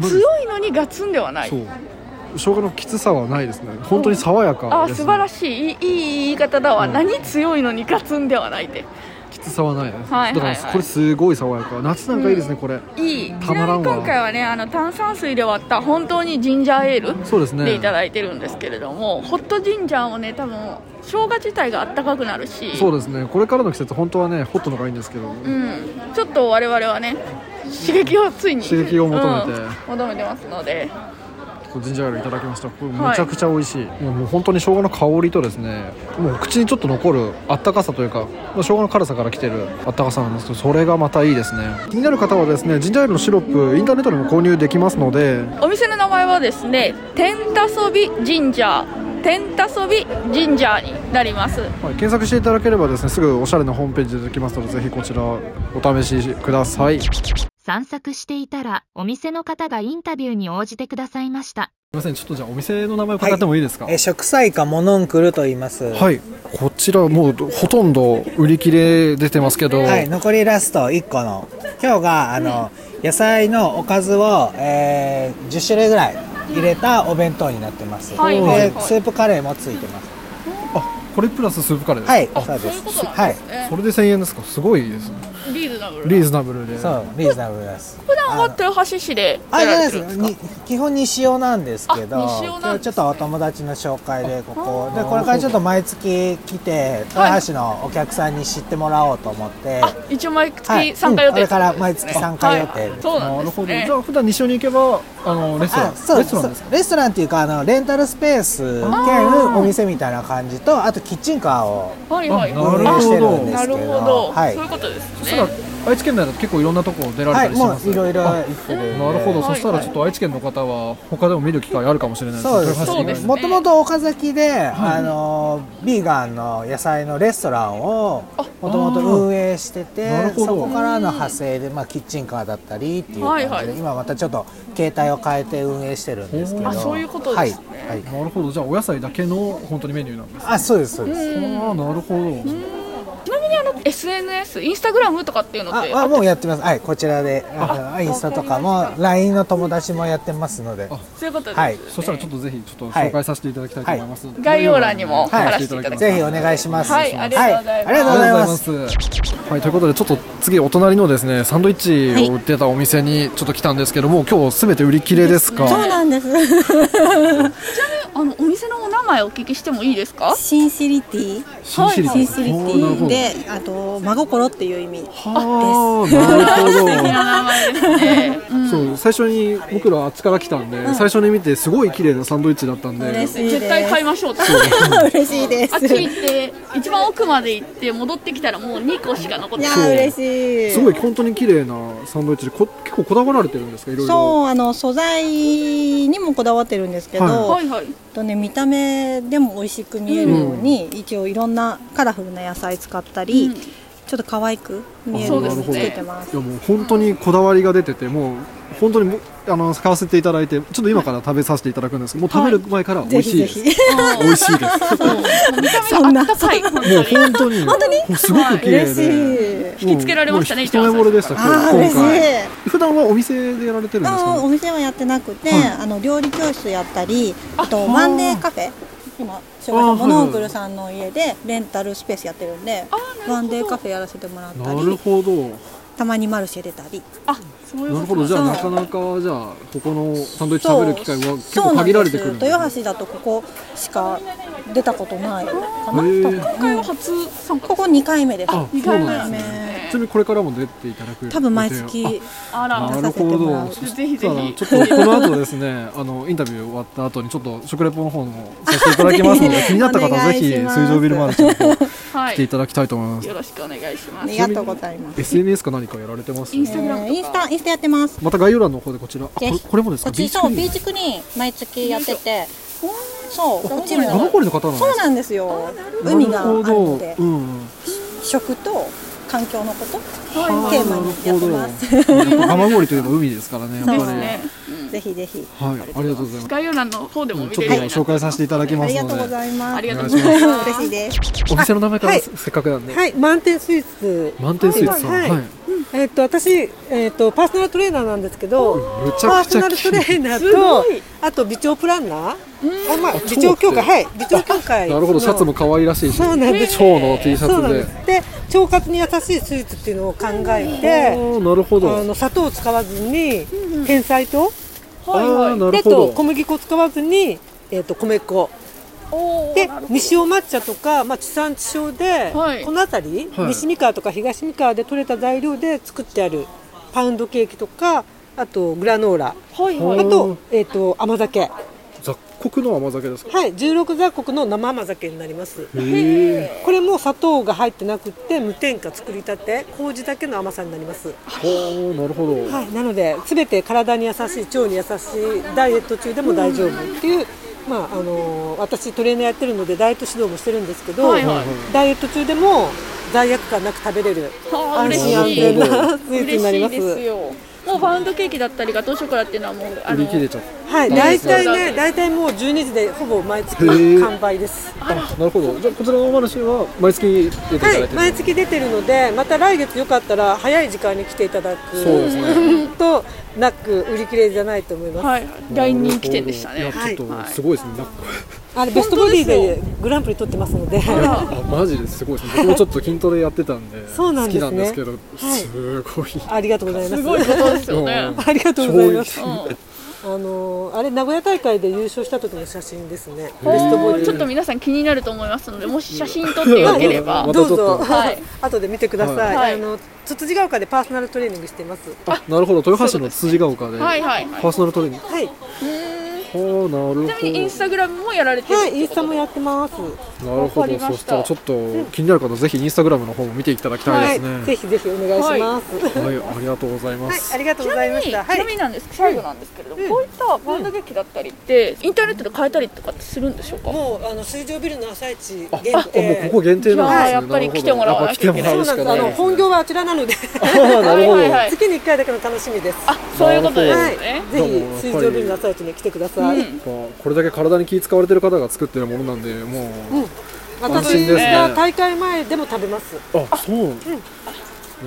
Speaker 2: 強いのにガツンではない
Speaker 1: そう生姜のきつさはないですね本当に爽やか
Speaker 2: あ
Speaker 1: です、
Speaker 2: 素
Speaker 1: ね、
Speaker 2: 晴らしいいいいい言い方だわ、
Speaker 1: うん
Speaker 2: 何強いのにガツンではないって
Speaker 1: きつさはないです、
Speaker 2: はいはいはい
Speaker 1: だからこれすごい爽やか夏なんかいいですね、これ
Speaker 2: いい
Speaker 1: たまらんわ
Speaker 2: ちなみに今回はねあの炭酸水で割った本当にジンジャーエール
Speaker 1: そうですね
Speaker 2: でいただいてるんですけれども、ホットジンジャーもね多分生姜自体があったかくなるし
Speaker 1: そうですねこれからの季節本当はねホットのがいいんですけど、
Speaker 2: うん、ちょっと我々はね刺激をついに
Speaker 1: 刺激を求めて
Speaker 2: うん求めてますので
Speaker 1: ジンジャーエールいただきましたこれ
Speaker 2: はい
Speaker 1: めちゃくちゃ美味しい、もうもう本当に生姜の香りとですねもう口にちょっと残るあったかさというかまあ生姜の辛さから来てるあったかさなんですけどそれがまたいいですね気になる方はですねジンジャーエールのシロップインターネットでも購入できますので
Speaker 2: お店の名前はですねテンタソビジンジャーテンタソビジンジャーになります
Speaker 1: はい、検索していただければですねすぐおしゃれなホームページで出てきますのでぜひこちらお試しくださいすい
Speaker 5: 散策していたら、お店の方がインタビューに応じてくださいました。
Speaker 1: ませんちょっとじゃあお店の名前伺ってもいいですかは
Speaker 6: えー
Speaker 1: い、
Speaker 6: 食菜かモノンクルと言います。は
Speaker 1: こちらもうほとんど売り切れ出てますけど、
Speaker 6: い。残りラスト1個の。今日が、あの、野菜のおかずを、えー10種類ぐらい入れたお弁当になってます。
Speaker 2: はい
Speaker 6: で
Speaker 2: はいはい
Speaker 6: スープカレーもついてます。
Speaker 1: あこれプラススープカレーです
Speaker 6: はい、
Speaker 1: あ
Speaker 6: そうです。
Speaker 2: そういうことなん
Speaker 6: はい。
Speaker 2: え
Speaker 1: それで1000円ですかすごいですね
Speaker 2: リーズナブル
Speaker 1: リーズナブルで
Speaker 6: そう、リーズナブルです。
Speaker 2: 普段は豊橋市で
Speaker 6: あ、
Speaker 2: や
Speaker 6: じゃ
Speaker 2: られてる
Speaker 6: ないで
Speaker 2: んですすか
Speaker 6: に基本西尾なんですけど、
Speaker 2: あ西尾なんですね
Speaker 6: 今日ちょっとお友達の紹介でここでこれからちょっと毎月来て豊橋のお客さんに知ってもらおうと思って、
Speaker 2: あ一応毎
Speaker 6: はい
Speaker 2: 月参加予定、
Speaker 6: うんこれから毎月参加予定
Speaker 2: はいそうなん
Speaker 1: な
Speaker 2: で
Speaker 1: る
Speaker 2: す
Speaker 1: ほど、
Speaker 2: ね
Speaker 1: じゃあ普段西尾に行けばあのレストラン
Speaker 6: あそう
Speaker 1: レストランです
Speaker 6: そうレストランっていうかあのレンタルスペース兼お店みたいな感じとあとキッチンカーを
Speaker 2: はいはい
Speaker 1: あなるほ
Speaker 6: 運
Speaker 1: ど
Speaker 6: 営してるんで
Speaker 2: な
Speaker 6: すけ
Speaker 2: る
Speaker 6: ど
Speaker 2: ほど、
Speaker 6: はい
Speaker 2: そういうことです
Speaker 1: そした
Speaker 2: ね
Speaker 1: ら愛知県内だと結構いろんなとこ出られ
Speaker 6: は
Speaker 1: た
Speaker 6: い
Speaker 1: りし
Speaker 6: も
Speaker 1: ます、
Speaker 6: ういろいろ行ってる
Speaker 1: なるほど、
Speaker 2: は
Speaker 1: そ
Speaker 2: い
Speaker 1: したらちょっと愛知県の方は他でも見る機会あるかもしれない
Speaker 6: そうです
Speaker 1: 豊橋以外
Speaker 2: そうですね
Speaker 6: もともと岡崎で、あのビーガンの野菜のレストランをもともと運営して
Speaker 1: なる
Speaker 6: て
Speaker 1: ほど
Speaker 6: そこからの派生で、まあ、キッチンカーだったりっていう感じで、
Speaker 2: はいはい
Speaker 6: 今またちょっと携帯を変えて運営してるんですけど
Speaker 2: あそういうことですね
Speaker 6: はいはい、
Speaker 1: なるほどじゃあお野菜だけの本当にメニューなんです、
Speaker 6: あそうですそうです、
Speaker 1: ああなるほど、
Speaker 2: ちなみにあの SNS インスタグラムとかっていうのって
Speaker 6: ああもうやってますはいこちらであのインスタとかも LINE の友達もやってますので
Speaker 2: そういうことです、
Speaker 6: はい
Speaker 1: そしたらちょっとぜひちょっと
Speaker 6: はい
Speaker 1: 紹介させていただきたいと思いますので、
Speaker 2: 概要欄にも貼らせていただきます
Speaker 6: ぜひお願いします
Speaker 2: はいありがとうございます
Speaker 6: はありがとうございます
Speaker 1: す。はいということでちょっと次お隣のですねサンドイッチを売ってたお店にちょっと来たんですけども、今日すべて売り切れですか。
Speaker 7: そうなんです。
Speaker 2: あのお店のお名前お聞きしてもいいですか
Speaker 7: シンシリティ、
Speaker 1: シンシリティ
Speaker 7: シンシリテ
Speaker 1: おーなるほど
Speaker 7: ィで、あと真心っていう意味。
Speaker 1: はあなるほど。
Speaker 2: お名前ですね、うん
Speaker 1: そう最初に僕らあっちから来たんで、最初に見てすごい綺麗なサンドイッチだったんで
Speaker 7: 嬉しいです。
Speaker 2: 絶対買いましょうって
Speaker 7: 嬉しいです。
Speaker 2: あっち行って一番奥まで行って戻ってきたらもう2個しか残っ
Speaker 7: い
Speaker 2: て
Speaker 7: や
Speaker 2: ない
Speaker 7: ー嬉しい。
Speaker 1: すごい本当に綺麗なサンドイッチでこ結構こだわられてるんですかいろいろ
Speaker 7: そうあの素材にもこだわってるんですけど、
Speaker 1: は
Speaker 2: はいはい
Speaker 7: えっとね見た目でも美味しく見えるように、一応いろんなカラフルな野菜使ったり、
Speaker 2: うん
Speaker 7: ちょっと可愛く見える
Speaker 2: そ
Speaker 7: よ
Speaker 2: う
Speaker 7: う
Speaker 2: で
Speaker 7: に
Speaker 2: すね
Speaker 7: 作ってます。
Speaker 1: いやもう本当にこだわりが出ててもう本当にもうあの買わせていただいてちょっと今から食べさせていただくんですけどもう食べる前から美
Speaker 7: *laughs* ぜ
Speaker 1: 味
Speaker 7: ひ
Speaker 1: しい
Speaker 7: ぜ
Speaker 1: です、
Speaker 7: ひ。
Speaker 1: 美味しいです
Speaker 2: 見た目があったかい本
Speaker 1: もう
Speaker 2: 当に
Speaker 1: 本当に本当にすごく綺麗
Speaker 7: 嬉し
Speaker 1: で
Speaker 7: い。
Speaker 2: 引きつけられましたね
Speaker 1: もう一目惚れでした今
Speaker 7: ああ
Speaker 1: 日
Speaker 7: 嬉
Speaker 1: 今
Speaker 7: し
Speaker 1: 回
Speaker 7: い。
Speaker 1: 普段はお店でやられてるんです
Speaker 7: あ
Speaker 1: か、
Speaker 7: お
Speaker 1: ね、
Speaker 7: 店はやってなくて、
Speaker 1: はい
Speaker 7: あの料理教室やったりあと
Speaker 1: あ
Speaker 7: ワンデーカフェ今紹
Speaker 1: あはい
Speaker 7: 介したモノンクルさんの家でレンタルスペースやってるんでワンデーカフェやらせてもらった
Speaker 1: なる
Speaker 7: り
Speaker 1: ほど
Speaker 7: たまにマルシェ出たり
Speaker 2: あそういう
Speaker 1: なるほ
Speaker 2: こ
Speaker 1: ど
Speaker 2: と
Speaker 1: じゃあ
Speaker 7: そう
Speaker 1: なかなかじゃあここのサンドイッチ食べる機会は結構限られてくるん
Speaker 7: そう
Speaker 1: で
Speaker 7: そうなんです豊橋だとここしか出たことないかな、
Speaker 1: へー
Speaker 7: 多分
Speaker 2: 今回は初参加
Speaker 7: ここ2回目です
Speaker 1: あそうなんですねちなみにこれからも出ていただく予定
Speaker 7: 多分毎
Speaker 1: あ
Speaker 7: 月
Speaker 2: あら
Speaker 1: な
Speaker 7: 出
Speaker 1: る
Speaker 7: させて
Speaker 1: ほ
Speaker 7: もら
Speaker 1: ど
Speaker 7: う
Speaker 1: そ
Speaker 2: ぜひ
Speaker 1: し
Speaker 2: ぜ
Speaker 1: た
Speaker 2: ひ
Speaker 1: らちょっとこの後ですね *laughs* あのインタビュー終わった後にちょっと食レポの方もさせていただきますので
Speaker 7: *laughs* ぜひ
Speaker 1: 気になった方はぜひ
Speaker 7: お願いしま
Speaker 1: 水
Speaker 7: す
Speaker 1: 上ビルマルシェの方
Speaker 2: は
Speaker 1: 来てい
Speaker 2: い
Speaker 1: ただきたいと思います
Speaker 2: よろしくお願いし
Speaker 7: あ
Speaker 2: ます
Speaker 7: りがとうございます、
Speaker 1: SNS か何かやられてます
Speaker 2: インスタグラム
Speaker 7: えーインスタインスタやってます
Speaker 1: また概要欄の方でこちらあこ
Speaker 7: ぜ
Speaker 1: れ
Speaker 7: ひ
Speaker 1: これもですか
Speaker 7: こっちそうビーチクリーン毎月やっててそうこっちも
Speaker 1: あこれの方なんです
Speaker 7: そうなんですよ海がある
Speaker 1: なるほ
Speaker 7: の
Speaker 1: ど
Speaker 7: で
Speaker 1: うんうん
Speaker 7: 食と環境のこと
Speaker 1: あー
Speaker 7: テーマにやってま
Speaker 1: な
Speaker 7: す
Speaker 1: るほどやっぱ蒲森といえば海ですからねやっぱり
Speaker 2: ですね
Speaker 7: *laughs* ぜひぜひ
Speaker 1: はいありがとうございます
Speaker 2: 概要欄の方でも見
Speaker 1: ちょ
Speaker 2: れ
Speaker 1: っと
Speaker 2: るようにな
Speaker 1: 紹介させていただき
Speaker 7: あ
Speaker 1: ま
Speaker 7: り
Speaker 1: す
Speaker 7: が
Speaker 1: の
Speaker 7: とうご
Speaker 1: で
Speaker 7: ざいます
Speaker 2: ありがと
Speaker 1: とう
Speaker 2: う
Speaker 1: ご
Speaker 2: ご
Speaker 1: ざ
Speaker 2: ざ
Speaker 1: い
Speaker 2: い
Speaker 1: ま
Speaker 2: ますす
Speaker 7: 嬉しいです
Speaker 1: お店の名前から
Speaker 8: はい
Speaker 1: せっかくなんで
Speaker 8: はい、満点スイーツ。
Speaker 1: 満点スイーツさん
Speaker 8: はい。
Speaker 1: はい
Speaker 8: えっと、私、えっと、パーソナルトレーナーなんですけど。
Speaker 1: むち
Speaker 8: パ
Speaker 1: ゃ
Speaker 8: ー
Speaker 1: くち
Speaker 8: ソ
Speaker 1: ゃ
Speaker 8: ナルトレーナー
Speaker 2: すご
Speaker 8: と
Speaker 2: い、
Speaker 8: あと美調プランナー。あ、まあ、
Speaker 1: て
Speaker 8: 美調協会、はい、美調協会の。
Speaker 1: なるほどシャツも可愛らしいし
Speaker 8: そうなんです
Speaker 1: 蝶の T シ
Speaker 8: そう
Speaker 1: ャ
Speaker 8: な
Speaker 1: ツで
Speaker 8: んです。で、腸活に優しいスイーツっていうのを考えて。
Speaker 1: あーなるほど
Speaker 8: あの砂糖を使わずに、天才糖
Speaker 1: あーなる
Speaker 8: で
Speaker 1: ほ
Speaker 8: あと
Speaker 1: ど
Speaker 8: 小麦粉を使わずに、えっと米粉
Speaker 2: おー
Speaker 8: で西尾抹茶とか、まあ、地産地消で、
Speaker 2: はい
Speaker 8: この辺り、
Speaker 1: はい
Speaker 8: 西三河とか東三河で取れた材料で作ってあるパウンドケーキとかあとグラノーラ、
Speaker 2: はいはい
Speaker 8: あ
Speaker 1: おー
Speaker 8: と,、えー、と甘酒は
Speaker 1: 雑穀の甘酒ですか
Speaker 8: い16雑穀の生甘酒になります
Speaker 1: へえ
Speaker 8: これも砂糖が入ってなくって無添加作りたて麹だけの甘さになります、
Speaker 1: ほうなるほど
Speaker 8: はい、なので全て体に優しい腸に優しいダイエット中でも大丈夫っていう、まああのー私トレーナーやってるのでダイエット指導もしてるんですけど、
Speaker 2: はいはい
Speaker 8: ダイエット中でも罪悪感なく食べれる
Speaker 2: あー
Speaker 8: 安
Speaker 2: 嬉し
Speaker 8: 心安
Speaker 2: い
Speaker 8: 全なスイーツになり
Speaker 2: 嬉
Speaker 8: ま
Speaker 2: しいです
Speaker 8: す。
Speaker 2: よもうパウンドケーキだったりガトーショコラっていうのはもうあ
Speaker 1: 売
Speaker 2: の
Speaker 1: り切れちゃっ
Speaker 8: はい、
Speaker 2: いい
Speaker 8: 大
Speaker 2: ですね
Speaker 8: 体ね、大体もう12時でほぼ毎月
Speaker 1: へえ
Speaker 8: 完売です。
Speaker 1: たあなるほどじゃあこちらのお話は毎月出ていただ
Speaker 8: はいい、
Speaker 1: て
Speaker 8: 毎
Speaker 1: る
Speaker 8: 月出てるので、また来月よかったら早い時間に来ていただく
Speaker 1: そうですね
Speaker 8: となく売り切れじゃないと思います。
Speaker 2: はい大人気店でした
Speaker 1: い
Speaker 2: ね
Speaker 1: やちょっと
Speaker 2: はい
Speaker 1: すごいですねなんか
Speaker 8: あれベストボディでグランプリ取ってますので、
Speaker 1: あマジですごいですね僕もちょっと筋トレやってたんで
Speaker 8: そうなんで
Speaker 1: 好きな
Speaker 8: すね
Speaker 1: んですけど
Speaker 8: はい
Speaker 1: すごい
Speaker 8: *laughs* ありがとうございます。
Speaker 2: すごいことですよね
Speaker 1: うん
Speaker 8: ありがとうございます。
Speaker 1: 衝撃
Speaker 8: あのーあれ名古屋大会で優勝した時の写真ですね。
Speaker 2: ベストボディちょっと皆さん気になると思いますのでもし写真撮ってよければ
Speaker 1: またちょ
Speaker 8: ど
Speaker 1: っ
Speaker 8: う
Speaker 1: と
Speaker 8: ぞ、
Speaker 2: はい
Speaker 8: *laughs* 後で見てください、
Speaker 2: はい
Speaker 8: あのつつじが丘でパーソナルトレーニングしてます
Speaker 1: あなるほど豊橋のつつじが丘で
Speaker 2: はいはいはい
Speaker 1: パーソナルトレーニング
Speaker 8: はい、
Speaker 1: ほうなるほど
Speaker 2: ちなみにインスタグラムもやられてる
Speaker 8: はい、イ
Speaker 2: っ
Speaker 8: ン
Speaker 2: て
Speaker 8: ス
Speaker 2: こと
Speaker 8: タ
Speaker 2: で
Speaker 8: もやってます
Speaker 1: なるほ
Speaker 2: わか
Speaker 1: ど
Speaker 2: りま
Speaker 1: そ
Speaker 2: した
Speaker 1: したらちょっと気になる方ぜひインスタグラムの方も見ていただきた
Speaker 8: はいい、
Speaker 1: ですね
Speaker 8: ぜひぜひお願いしますはい、
Speaker 1: はい、ありがとうございます。
Speaker 8: ありがとう
Speaker 2: ちな
Speaker 8: ござい
Speaker 2: み
Speaker 8: ま
Speaker 2: に、
Speaker 8: した
Speaker 2: ちなみになんですけど最後なんですけれども、こういったパウンドケーキだったりってインターネットで買えたりとかってするんでしょうか、
Speaker 8: もうあの水上ビルの朝市
Speaker 1: あ、あもうここ限定なんですね。
Speaker 2: はいやっぱり来てもらわなきゃいけない
Speaker 8: そうなんですあの
Speaker 1: 本
Speaker 8: 本業はあちらなので
Speaker 1: 業なるほど。
Speaker 2: はいはいはい
Speaker 8: *laughs* 月に1回だけの楽しみです
Speaker 2: あそういうことで
Speaker 1: な
Speaker 8: は
Speaker 2: す
Speaker 8: い
Speaker 2: ね、、
Speaker 8: ぜ
Speaker 1: どうも
Speaker 8: ひ水上ビルの朝市に来てください、
Speaker 1: やっぱこれだけ体に気使われてる方が作ってるものなんで、もう。安心で
Speaker 8: 私
Speaker 1: すね
Speaker 8: は大会前でも食べます
Speaker 1: あそう、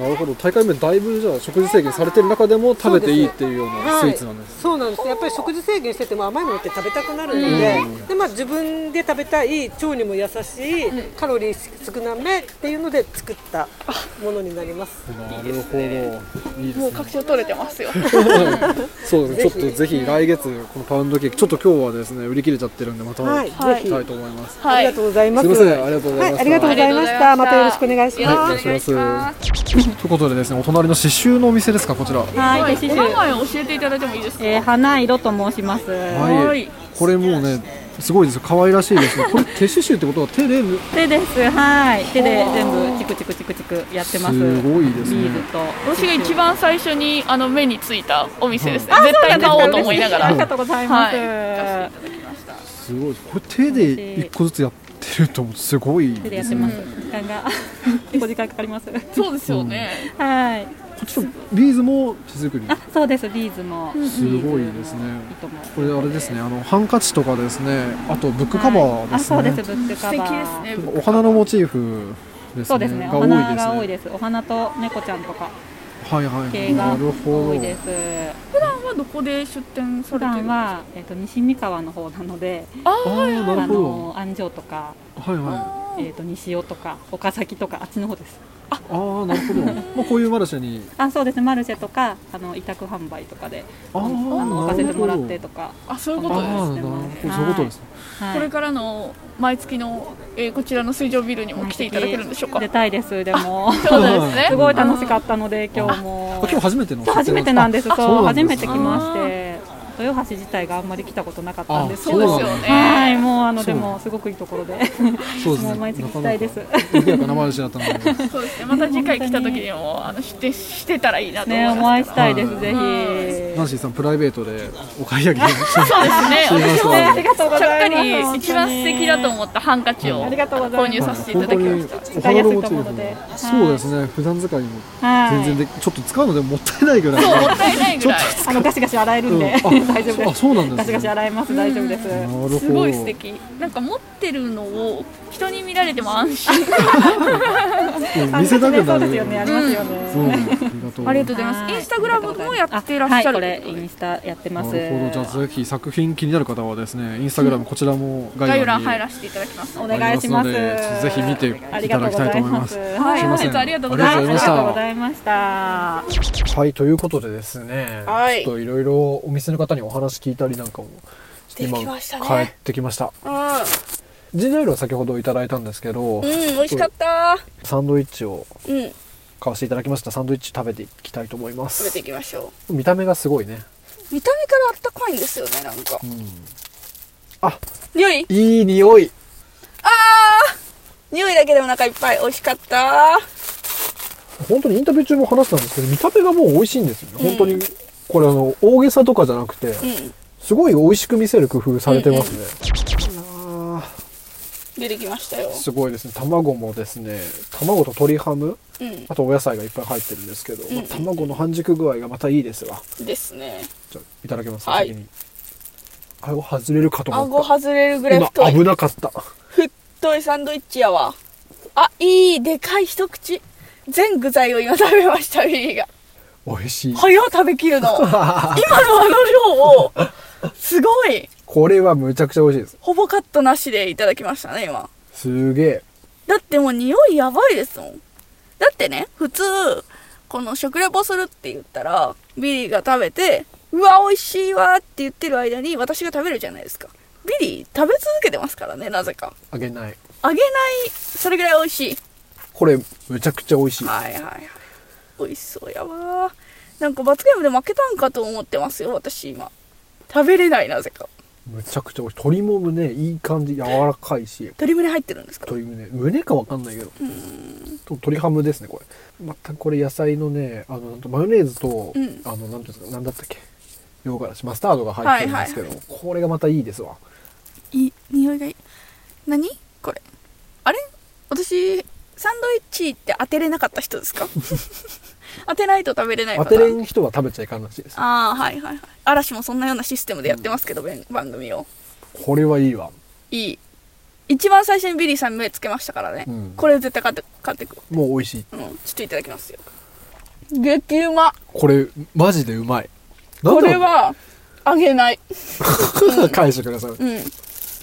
Speaker 1: なるほど大会目だいぶじゃあ食事制限されてる中でも食べていいっていうようなスイーツなんです、
Speaker 8: はい、そうなんですやっぱり食事制限してても甘いものって食べたくなるので,、でまあ、自分で食べたい腸にも優しいカロリー少なめっていうので作ったものになります
Speaker 1: なるほどいいです
Speaker 2: も
Speaker 1: ね
Speaker 2: う確証取れてますよ
Speaker 1: そうですねちょっとぜひ来月このパウンドケーキちょっと今日はですね売り切れちゃってるんでまた
Speaker 8: は
Speaker 1: 行
Speaker 8: い、
Speaker 2: はい
Speaker 8: ぜ
Speaker 1: き
Speaker 8: ひ、
Speaker 1: たいと思います、
Speaker 8: あ
Speaker 2: は
Speaker 8: り
Speaker 2: い
Speaker 8: がとうございます
Speaker 1: すみませんありがとうございました、
Speaker 8: はいありがとうございましたまたよろしくお願いします
Speaker 1: はい
Speaker 2: よろしくお願いしま
Speaker 1: ということでですねお隣の刺繍のお店ですかこちらは
Speaker 2: は、
Speaker 7: はいい、
Speaker 2: お名前を教えていただいてもいいですか。
Speaker 7: えー花色と申します。
Speaker 1: い、
Speaker 2: はい
Speaker 1: これもうねすごいですよ可愛らしい
Speaker 7: *laughs*
Speaker 1: ですねこれ手刺繍ってことは手で縫
Speaker 7: 手です。はい、手で全部チクチクチクチクやってます。
Speaker 1: すごいですね
Speaker 7: ビールと。
Speaker 2: 私が一番最初にあの目についたお店ですね。絶対買おうと思いながら。
Speaker 7: ありがとうございます。
Speaker 2: は
Speaker 1: すごいですこれ手で一個ずつやってると思うすごい
Speaker 7: 手で
Speaker 1: で
Speaker 7: やっ
Speaker 1: す
Speaker 7: て
Speaker 1: ね
Speaker 7: ます。時間が結構時間かかります。
Speaker 2: そうですよね。
Speaker 7: はい。
Speaker 1: こっちのビーズも手作り
Speaker 7: あ、そうです。ビーズも。
Speaker 1: すごいですね
Speaker 7: 糸も。
Speaker 1: これあれですねあのハンカチとかですねあとブックカバー
Speaker 7: あ、
Speaker 1: ですね、
Speaker 7: そうです。ブックカ
Speaker 2: 素
Speaker 7: バー。
Speaker 2: 敵ですね。
Speaker 1: お花のモチーフですね
Speaker 7: そうですね。
Speaker 1: が
Speaker 7: お
Speaker 1: 多いです
Speaker 7: 花
Speaker 1: ね
Speaker 7: が多いです。お花と猫ちゃんとか
Speaker 1: はいはいは
Speaker 7: 系
Speaker 1: い
Speaker 7: が
Speaker 1: なるほど
Speaker 7: 多いです。
Speaker 2: 普段はどこで出店さ
Speaker 7: 普
Speaker 2: れてる
Speaker 7: 段。はえっと西三河の方なので、
Speaker 2: あ
Speaker 1: ああ
Speaker 2: ー
Speaker 1: なるほ
Speaker 7: あの
Speaker 1: ど
Speaker 7: 安城とか
Speaker 1: はいはい
Speaker 7: えっと西尾とか岡崎とかあっちの方です。
Speaker 1: ああなるほどまあこういうマルシェに
Speaker 7: あ、そうですね。マルシェとかあの委託販売とかで
Speaker 1: ああ
Speaker 7: あの置か
Speaker 1: な
Speaker 7: せ
Speaker 1: る
Speaker 7: て
Speaker 1: ほ
Speaker 7: もら
Speaker 1: ど
Speaker 7: ってとか。
Speaker 2: あ、そういうこ
Speaker 1: あ
Speaker 2: と
Speaker 1: あ
Speaker 2: で
Speaker 1: な
Speaker 2: す。
Speaker 1: るほどそういうことですね
Speaker 7: はい
Speaker 2: これからの毎月の、えーこちらの水上ビルにも来ていただけるんでしょうか。
Speaker 7: 出たいです。でも。
Speaker 2: そうなんですね。
Speaker 7: すごい楽しかったので、今日
Speaker 1: あ
Speaker 7: も
Speaker 1: 今。日初めての
Speaker 7: そう初めてなんです。
Speaker 1: あ
Speaker 7: そう初め
Speaker 1: す
Speaker 7: て来まして、豊橋自体があんまり来たことなかったんですけ
Speaker 2: そう
Speaker 7: ど。
Speaker 2: ですよね。
Speaker 7: はい、もうあの
Speaker 1: そ
Speaker 7: で
Speaker 1: う
Speaker 7: もすごくいいところで、
Speaker 1: そうです
Speaker 7: も
Speaker 1: ね
Speaker 7: う毎月行きたいです。
Speaker 1: 賑やかなマルシェだったので
Speaker 2: そうですね。また次回来た時にもあの出店してたらいいなと思い
Speaker 7: *laughs* *laughs* ね、
Speaker 2: ます。
Speaker 7: お会いしたいで
Speaker 1: は
Speaker 7: す。
Speaker 1: い
Speaker 7: ぜ
Speaker 1: ナンシーさんプライベートでお買い上げしまし
Speaker 2: そうですね。
Speaker 1: すいません
Speaker 2: 私も
Speaker 7: ひ。ねありがとうご
Speaker 2: ちゃっ
Speaker 7: ざ
Speaker 2: か
Speaker 7: います。
Speaker 2: り一番素敵だと思ったハンカチを
Speaker 7: ありがとうございます
Speaker 2: 購入させていた
Speaker 1: 本
Speaker 2: だ
Speaker 1: 当
Speaker 2: きま
Speaker 1: に
Speaker 2: した。
Speaker 1: お花のモチー
Speaker 7: 使いやすいと思
Speaker 1: フ
Speaker 7: うので
Speaker 1: も
Speaker 7: はい
Speaker 1: そうですね普段使いにも
Speaker 7: はい
Speaker 1: 全然でちょっと使うのでももったいないぐらい
Speaker 2: そうもったいないぐらい。
Speaker 7: あのガシガシ洗えるんで、
Speaker 1: うんあ
Speaker 7: *laughs* 大丈夫で
Speaker 1: あ
Speaker 7: す。
Speaker 1: そうなんですね
Speaker 7: ガシガシ洗えます。大丈夫です。
Speaker 1: なるほど
Speaker 2: すごい素敵。なんか持ってるのを人に見られても安心。
Speaker 1: うん
Speaker 7: あ
Speaker 1: 見せたくな
Speaker 7: そう
Speaker 1: る
Speaker 7: ですよね。ありますよね。
Speaker 1: うんありがとう
Speaker 2: ありがとうございます。インスタグラムもやってらっしゃる
Speaker 7: あはい、これインスタやってます。
Speaker 1: なるほどじゃあぜひ作品気になる方はですねインスタグラムこちらも
Speaker 2: 概
Speaker 1: 概
Speaker 2: 要
Speaker 1: 要欄
Speaker 2: 欄
Speaker 1: に
Speaker 2: 入らせていただきます。
Speaker 7: お願いします。
Speaker 1: ありますのでぜひ見ていただきたいと思います
Speaker 7: ありがとうござ
Speaker 2: はい、
Speaker 1: すい
Speaker 2: 本
Speaker 1: ませ
Speaker 2: 日
Speaker 1: ん
Speaker 2: ありがとうござい
Speaker 1: あり
Speaker 2: ま
Speaker 1: が
Speaker 2: し。
Speaker 1: とうございました
Speaker 7: ありがとうございました。
Speaker 1: はいということでですね、
Speaker 2: はい
Speaker 1: ちょっといろいろお店の方にお話聞いたりなんかもして今
Speaker 2: できましたね
Speaker 1: 帰ってきましたジンジャーエールは先ほどいただいたんですけど、
Speaker 2: うん、美味しかった。
Speaker 1: サンドイッチを
Speaker 2: うん、
Speaker 1: 買わせていただきましたサンドイッチ食べていきたいと思いま
Speaker 2: 食べてい
Speaker 1: す
Speaker 2: きましょ
Speaker 1: 見た目がすごいね、
Speaker 2: う。見た目からあったかいんですよね、なんか
Speaker 1: う。ん、あ
Speaker 2: 匂い
Speaker 1: いい匂い
Speaker 2: あー匂いだけでお腹いっぱい。美味しかった。
Speaker 1: 本当にインタビュー中も話したんですけど見た目がもう美味しいんですよね、本当にこれあの大げさとかじゃなくて
Speaker 2: うん、
Speaker 1: すごい美味しく見せる工夫されてますね、あー
Speaker 2: 出てきましたよ。
Speaker 1: すごいですね卵もですね卵と鶏ハム
Speaker 2: うん、
Speaker 1: あとお野菜がいっぱい入ってるんですけど、まあ
Speaker 2: うん
Speaker 1: 卵の半熟具合がまたいいですわ
Speaker 2: ですね。
Speaker 1: じゃあいただきます、
Speaker 2: はい
Speaker 1: 先に顎外れるかと思
Speaker 2: 顎
Speaker 1: った
Speaker 2: 外れるぐらい
Speaker 1: 今
Speaker 2: 太い。
Speaker 1: 危なかった
Speaker 2: 太いサンドイッチやわ。あ、いい、でかい一口。全具材を今食べました、ビリーが。
Speaker 1: 美味しい
Speaker 2: 早っ食べきるの。今のあの量を、すごい。
Speaker 1: これはむちゃくちゃ美味しいです
Speaker 2: ほぼカットなしでいただきましたね、今。
Speaker 1: すげえ
Speaker 2: だってもう匂いやばいですもん。だってね、普通、この食レポするって言ったら、ビリーが食べて、うわ、美味しいわって言ってる間に私が食べるじゃないですか。ビリー食べ続けてますからね、なぜか。
Speaker 1: あげない
Speaker 2: 揚げない、それぐらい美味しい。
Speaker 1: これむちゃくちゃ美味しい
Speaker 2: はいはいはい。美味しそうやわなんか罰ゲームで負けたんかと思ってますよ、私今。食べれない、なぜか。
Speaker 1: むちゃくちゃ美味しい鶏も胸いい感じ柔らかいし
Speaker 2: 鶏胸入ってるんですか
Speaker 1: 鶏胸胸かわかんないけどと鶏ハムですねこれまたこれ野菜のねあのなんとマヨネーズと、
Speaker 2: うん
Speaker 1: あのなんていうんですかなんだったっけ洋辛子マスタードが入ってるんですけど、これがまたいいですわ
Speaker 2: いい匂いがいい何これあれ私サンドイッチって当てれなかった人で
Speaker 1: *laughs*
Speaker 2: すか当てないと食べれない
Speaker 1: 当
Speaker 2: パ
Speaker 1: て
Speaker 2: タ
Speaker 1: れ
Speaker 2: ーン
Speaker 1: ん人は食べちゃいかんらしいです
Speaker 2: ああはいはいはい嵐もそんなようなシステムでやってますけど、べん番組を
Speaker 1: これはいいわ
Speaker 2: いい一番最初にビリーさん目つけましたからね、
Speaker 1: うん
Speaker 2: これ絶対買って買ってく
Speaker 1: もう美味しい
Speaker 2: うんちょっといただきますよ激うま
Speaker 1: これマジでうまい
Speaker 2: これはあげない
Speaker 1: なんだ *laughs* 返してください、
Speaker 2: うん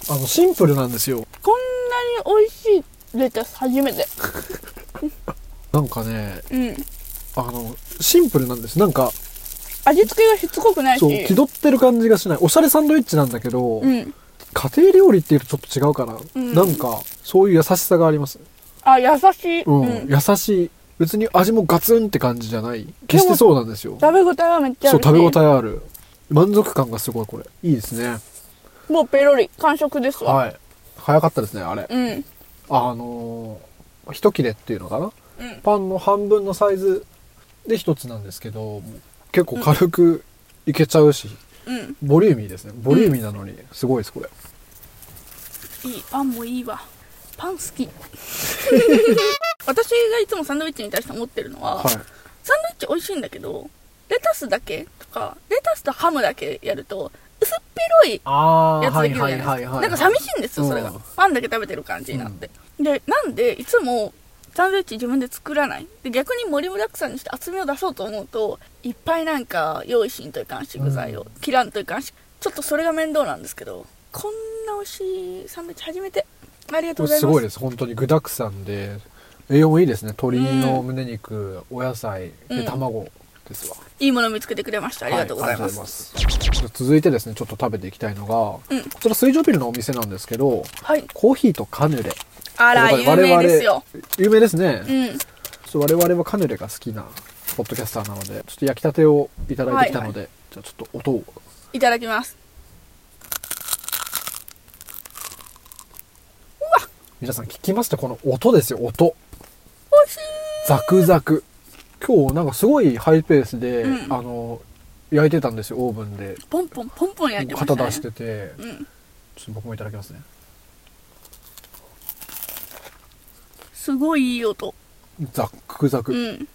Speaker 1: あのシンプルなんですよ
Speaker 2: こんなに美味しいレタス初めて
Speaker 1: なんかね
Speaker 2: うん
Speaker 1: あのシンプルなんですなんか
Speaker 2: 味付けがしつこくないし
Speaker 1: そう気取ってる感じがしないおしゃれサンドイッチなんだけど、
Speaker 2: うん
Speaker 1: 家庭料理っていうとちょっと違うかな、
Speaker 2: ん
Speaker 1: なんかそういう優しさがあります
Speaker 2: あ優しい、
Speaker 1: うん、
Speaker 2: うん
Speaker 1: 優しい別に味もガツンって感じじゃない決してそうなんですよ
Speaker 2: 食べ応えはめっちゃあ
Speaker 1: そう
Speaker 2: るし
Speaker 1: 食べ応えある満足感がすごいこれいいですね
Speaker 2: もうペロリ完食ですわ、
Speaker 1: はい早かったですねあれ
Speaker 2: うん
Speaker 1: あのー一切れっていうのかな、
Speaker 2: うん
Speaker 1: パンの半分のサイズで一つなんですけど結構軽くいけちゃうし、
Speaker 2: うん
Speaker 1: ボリューミーですねボリューミーなのにすごいですこれ、
Speaker 2: いいパンもいいわパン好き *laughs* 私がいつもサンドイッチに対して思ってるのは、
Speaker 1: はい
Speaker 2: サンドイッチ美味しいんだけどレタスだけとかレタスとハムだけやると薄っぺろい
Speaker 1: あ
Speaker 2: やつできるじゃないですか、なんか寂しいんですよそれが、
Speaker 1: うん
Speaker 2: パンだけ食べてる感じになって、でなんでいつもサンドイッチ自分で作らないで逆に盛りもだくさんにして厚みを出そうと思うといっぱいなんか用意しんといかんし具材を、切らんといかんしちょっとそれが面倒なんですけどこんな美味しいサンドイッチ初めてありがと
Speaker 1: これ
Speaker 2: うございます
Speaker 1: すごいです本当に具だくさんで栄養もいいですね鶏の胸肉、お野菜
Speaker 2: う
Speaker 1: で
Speaker 2: ん
Speaker 1: 卵ですわ、
Speaker 2: いいもの見つけてくれましたありがとうございます、
Speaker 1: はありがとうございます続いてですねちょっと食べていきたいのが、
Speaker 2: うん
Speaker 1: こちら水上ビルのお店なんですけど
Speaker 2: はい、
Speaker 1: コーヒーとカヌレ
Speaker 2: あら
Speaker 1: という
Speaker 2: 有
Speaker 1: ことで
Speaker 2: 名ですよ
Speaker 1: 我々有名ですね、
Speaker 2: うん
Speaker 1: ちょっと我々はカヌレが好きなポッドキャスターなのでちょっと焼きたてをいただいてきたので、じゃあちょっと音を
Speaker 2: いただきます
Speaker 1: 皆さん聞きましたこの音ですよ音
Speaker 2: 美味しい
Speaker 1: ザクザク今日なんかすごいハイペースで、
Speaker 2: うん
Speaker 1: あの焼いてたんですよオーブンで
Speaker 2: ポンポンポンポン焼いてました、
Speaker 1: 肩
Speaker 2: ね、
Speaker 1: 出してて
Speaker 2: うん
Speaker 1: ちょっと僕もいただきますね
Speaker 2: すごいいい音
Speaker 1: ザクザク、
Speaker 2: うん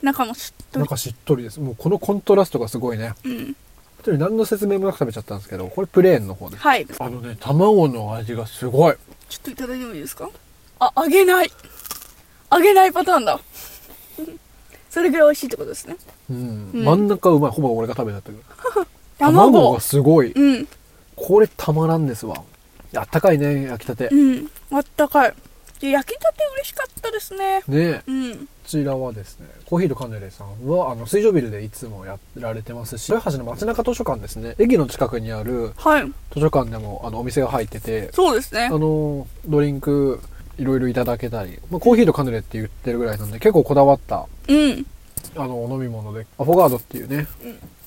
Speaker 2: 中もしっと
Speaker 1: なん
Speaker 2: り
Speaker 1: かしっとりですもうこのコントラストがすごいね
Speaker 2: うん
Speaker 1: 本当に何の説明もなく食べちゃったんですけどこれプレーンの方です
Speaker 2: はいちょ
Speaker 1: あのね卵の味がすごい
Speaker 2: っといただいてもいいですかあ揚げない揚げないパターンだ *laughs* それぐらい美味しいってことですね
Speaker 1: うん、
Speaker 2: うん
Speaker 1: 真ん中うまいほぼ俺が食べちゃったけど
Speaker 2: 卵
Speaker 1: がすごい
Speaker 2: うん
Speaker 1: これたまらんですわあったかいね焼きたて、
Speaker 2: うんあったかいで焼きたて嬉しかったですね
Speaker 1: ね
Speaker 2: うん
Speaker 1: こちらはですねコーヒーとカヌレさんはあの水上ビルでいつもやられてますし豊橋の街中図書館ですね駅の近くにある
Speaker 2: はい
Speaker 1: 図書館でもあのお店が入ってて
Speaker 2: そうですね
Speaker 1: あのドリンクいろいろいただけたり、まあ、コーヒーとカヌレって言ってるぐらいなんで結構こだわった
Speaker 2: うん
Speaker 1: あのお飲み物でアフォガードっていうね、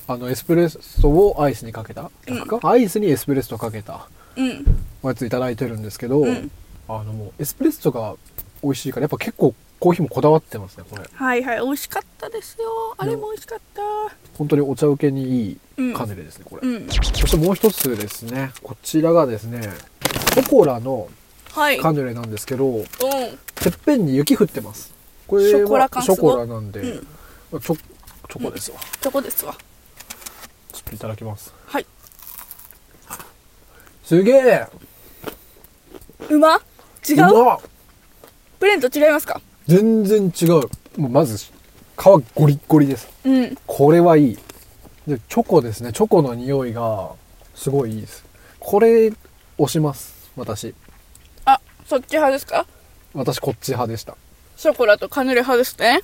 Speaker 1: あのエスプレッソをアイスにかけた逆か、アイスにエスプレッソかけた
Speaker 2: うん
Speaker 1: おやついただいてるんですけど、
Speaker 2: ん
Speaker 1: あのもうエスプレッソが美味しいからやっぱ結構コーヒーもこだわってますねこれ
Speaker 2: はいはい美味しかったですよあれも美味しかった
Speaker 1: 本当にお茶受けにいいカヌレですね、これ、
Speaker 2: うん
Speaker 1: そしてもう一つですねこちらがですねポコラの
Speaker 2: はい
Speaker 1: カヌレなんですけど、
Speaker 2: うん
Speaker 1: てっぺんに雪降ってますこれは
Speaker 2: ショコラ感
Speaker 1: ショコラ
Speaker 2: すごい
Speaker 1: なんで、
Speaker 2: うん
Speaker 1: まあチョチョコですわ、
Speaker 2: そこですわ
Speaker 1: ちょっといただきます
Speaker 2: はい
Speaker 1: すげえ
Speaker 2: うま
Speaker 1: う
Speaker 2: 違う
Speaker 1: まっ
Speaker 2: プレーンと違いますか
Speaker 1: 全然違うもうまず皮ゴリッゴリです
Speaker 2: うん
Speaker 1: これはいいでチョコですねチョコの匂いがすごいいいですこれ押します私
Speaker 2: あそっち派ですか
Speaker 1: 私こっち派でした
Speaker 2: ショコラとカヌレ派ですね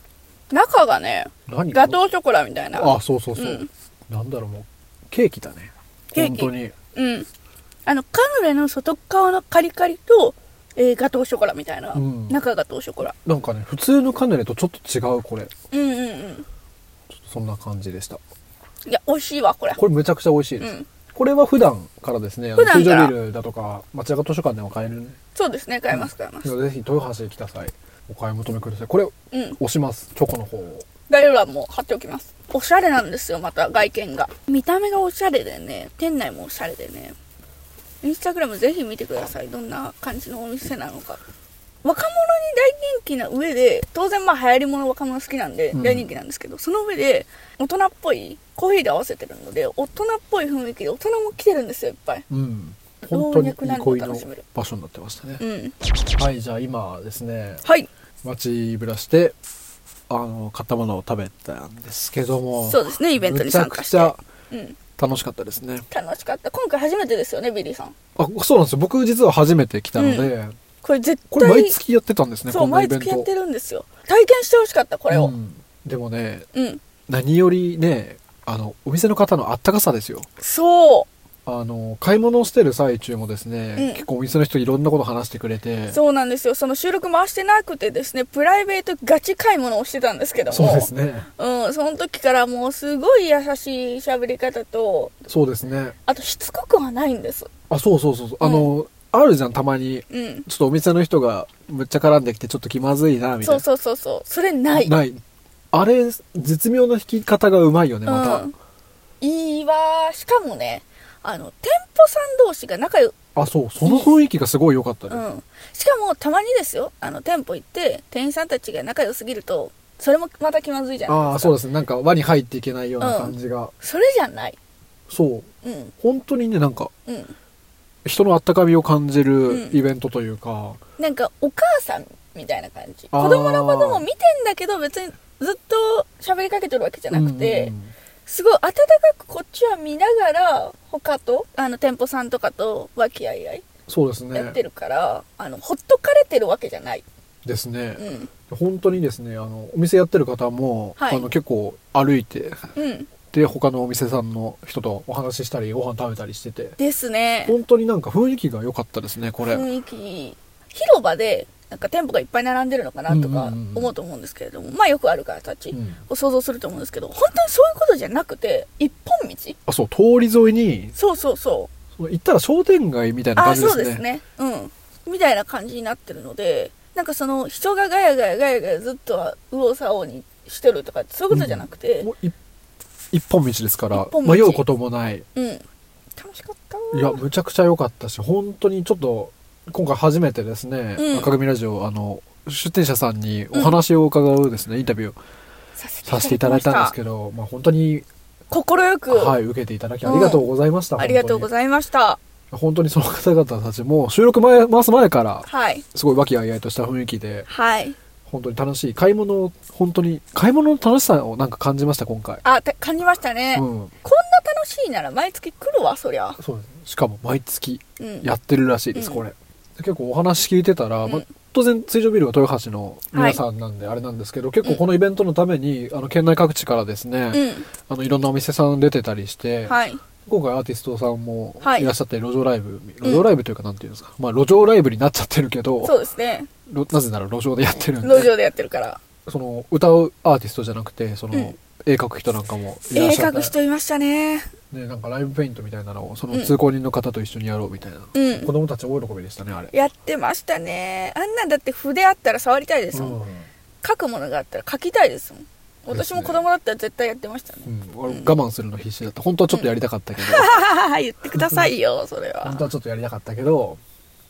Speaker 2: 中がね
Speaker 1: 何
Speaker 2: ガトーショコラみたいな
Speaker 1: あそうそうそう、
Speaker 2: うん
Speaker 1: なんだろうもうケーキだね
Speaker 2: ケーキ
Speaker 1: 本当に
Speaker 2: うんあのカヌレの外側のカリカリと、えーガトーショコラみたいな、
Speaker 1: うん
Speaker 2: 中ガトーショコラ
Speaker 1: なんかね普通のカヌレとちょっと違うこれ
Speaker 2: うんうんうん
Speaker 1: そんな感じでした
Speaker 2: いや美味しいわこれ
Speaker 1: これむちゃくちゃ美味しいです、
Speaker 2: うん
Speaker 1: これは普段からですねあの
Speaker 2: 普段
Speaker 1: 水
Speaker 2: から
Speaker 1: 上ビルだとか町中図書館でも買えるね
Speaker 2: そうですね買います買います
Speaker 1: ぜひ豊橋へ来た際お買い求めくださいこれ
Speaker 2: うん
Speaker 1: 押しますチョコの方を
Speaker 2: 概要欄も貼っておきますおしゃれなんですよまた外見が見た目がおしゃれでね店内もおしゃれでねインスタグラムぜひ見てくださいどんな感じのお店なのか若者に大人気な上で当然まあ流行りもの若者好きなんで
Speaker 1: ん
Speaker 2: 大人気なんですけど、その上で大人っぽいコーヒーで合わせてるので大人っぽい雰囲気で大人も来てるんですよいっぱい
Speaker 1: うん本当に
Speaker 2: 老若男女
Speaker 1: 憩い
Speaker 2: 楽
Speaker 1: の
Speaker 2: しめる
Speaker 1: 場所になってましたね、
Speaker 2: うん
Speaker 1: はいじゃあ今ですね
Speaker 2: はい
Speaker 1: 街ぶらしてあの買ったものを食べたんですけども
Speaker 2: そうですねイベントに参加して
Speaker 1: むちゃくち
Speaker 2: うん
Speaker 1: ゃ楽しかったですね
Speaker 2: 楽しかった今回初めてですよねビリーさん
Speaker 1: あそうなんですよ僕実は初めて来たので、
Speaker 2: これ絶対
Speaker 1: これ毎月やってたんですね
Speaker 2: そ
Speaker 1: こ
Speaker 2: うん
Speaker 1: なイ
Speaker 2: 毎
Speaker 1: ベン
Speaker 2: 月
Speaker 1: ト
Speaker 2: やってるんですよ体験してほしかったこれ
Speaker 1: う
Speaker 2: を
Speaker 1: んでもね
Speaker 2: うん、
Speaker 1: 何よりねあのお店の方のあったかさですよ
Speaker 2: そ
Speaker 1: あの買い物をしてる最中もですね、
Speaker 2: うん
Speaker 1: 結構お店の人いろんなこと話してくれて
Speaker 2: うそうなんですよその収録回してなくてですねプライベートガチ買い物をしてたんですけども
Speaker 1: そうですね
Speaker 2: うん、その時からもうすごい優しい喋り方と
Speaker 1: そうですね
Speaker 2: あとしつこくはないんです
Speaker 1: あそうそうそうそうあの、あるじゃんたまに
Speaker 2: うん
Speaker 1: ちょっとお店の人がむっちゃ絡んできてちょっと気まずいなみたい
Speaker 2: そう
Speaker 1: な
Speaker 2: そうそうそうそれない
Speaker 1: ないあれ絶妙な引き方がうまいよねまた、
Speaker 2: うん、いいわしかもねあの店舗さん同士が仲良
Speaker 1: あそうその雰囲気がすごい良かったです、
Speaker 2: うん、しかもたまにですよあの店舗行って店員さんたちが仲良すぎるとそれもまた気まずいじゃない
Speaker 1: あ
Speaker 2: で
Speaker 1: あ
Speaker 2: すか
Speaker 1: そうですねなんか輪に入っていけないような感じが、
Speaker 2: それじゃない
Speaker 1: そう
Speaker 2: うん
Speaker 1: 本当にねなんか
Speaker 2: うん
Speaker 1: 人の温かみを感じ
Speaker 2: う
Speaker 1: る
Speaker 2: ん
Speaker 1: イベントというか、
Speaker 2: なんかお母さんみたいな感じ
Speaker 1: あー
Speaker 2: 子供のことも見てんだけど別にずっと喋りかけてるわけじゃなくて、
Speaker 1: うんうんうん
Speaker 2: すごい温かくこっちは見ながら他とあの店舗さんとかと和気あいあい
Speaker 1: そうです
Speaker 2: やって
Speaker 1: ね
Speaker 2: るから、あのほっとかれてるわけじゃない、
Speaker 1: ですね
Speaker 2: う、ん
Speaker 1: 本当にですねあのお店やってる方も、
Speaker 2: はい
Speaker 1: あの結構歩いて
Speaker 2: うん、
Speaker 1: で他のお店さんの人とお話ししたりご飯食べたりしてて
Speaker 2: ですね
Speaker 1: 本当になんか雰囲気が良かったですねこれ、
Speaker 2: 雰囲気広場でなんか店舗がいっぱい並んでるのかなと
Speaker 1: う
Speaker 2: か
Speaker 1: んうんうん
Speaker 2: 思うと思うんですけれども、まあよくある方たち
Speaker 1: うん
Speaker 2: を想像すると思うんですけど、本当にそういうことじゃなくて一本道
Speaker 1: あそう通り沿いに
Speaker 2: そうそうそう
Speaker 1: その行ったら商店街みたいな
Speaker 2: あ
Speaker 1: 感
Speaker 2: あー
Speaker 1: じで
Speaker 2: そう
Speaker 1: すね
Speaker 2: ですねうんみたいな感じになってるのでなんかその人がガヤガヤガヤガヤずっと右往左往にしてるとかそういうことじゃなくて
Speaker 1: もうい一本道ですから
Speaker 2: 一本道
Speaker 1: 迷うこともない
Speaker 2: うん、楽しかった
Speaker 1: いやむちゃくちゃ良かったし本当にちょっと今回初めてですね、
Speaker 2: うん
Speaker 1: 赤組ラジオあの出店者さんにお話を伺うですね、インタビューを
Speaker 2: させ
Speaker 1: させていただいたんですけ
Speaker 2: ど
Speaker 1: ど、
Speaker 2: *laughs*
Speaker 1: まあ、本当に、
Speaker 2: 心よく、
Speaker 1: はい、受けていただきありがとうございました、
Speaker 2: ありがとうございました
Speaker 1: 本当にその方々たちも収録前回す前から
Speaker 2: はい
Speaker 1: すごい和気あいあいとした雰囲気で
Speaker 2: はい
Speaker 1: 本当に楽しい買い物を本当に買い物の楽しさをなんか感じました今回、
Speaker 2: あた感じましたね、
Speaker 1: うん
Speaker 2: こんな楽しいなら毎月来るわそりゃ、
Speaker 1: そうですしかも毎月
Speaker 2: うん、
Speaker 1: やってるらしいです、
Speaker 2: うん
Speaker 1: これで結構お話聞いてたら、
Speaker 2: うん
Speaker 1: まあ当然水上ビールは豊橋の皆さんなんであれなんですけど、結構このイベントのためにあの県内各地からですね、
Speaker 2: う
Speaker 1: あのいろんなお店さん出てたりして、
Speaker 2: んはい
Speaker 1: 今回アーティストさんも
Speaker 2: はい
Speaker 1: いらっしゃって路上ライブ、路上ライブというかなんていうんですか、まあ路上ライブになっちゃってるけど
Speaker 2: そうですね
Speaker 1: ろなぜなら路上でやってるん
Speaker 2: 路
Speaker 1: で
Speaker 2: 上でやってるから
Speaker 1: その歌うアーティストじゃなくてその、
Speaker 2: うん
Speaker 1: 絵描く人なんかもい
Speaker 2: 絵
Speaker 1: らっしゃっ
Speaker 2: 描
Speaker 1: て
Speaker 2: く人いましたね
Speaker 1: ね、なんかライブペイントみたいなのをその
Speaker 2: うん
Speaker 1: 通行人の方と一緒にやろうみたいな、
Speaker 2: うん
Speaker 1: 子供たち大喜びでしたねあれ、
Speaker 2: やってましたねあんなんだって筆あったら触りたいで
Speaker 1: う
Speaker 2: すもん、
Speaker 1: ん
Speaker 2: 書くものがあったら書きたいですもん私も子供だったら絶対やってました
Speaker 1: *laughs*
Speaker 2: ね
Speaker 1: うん、俺我慢するの必死だった本当はちょっとやりたかったけど、
Speaker 2: ああ言ってくださいよ *laughs* それ
Speaker 1: 本当
Speaker 2: は
Speaker 1: はちょっとやりたかったけど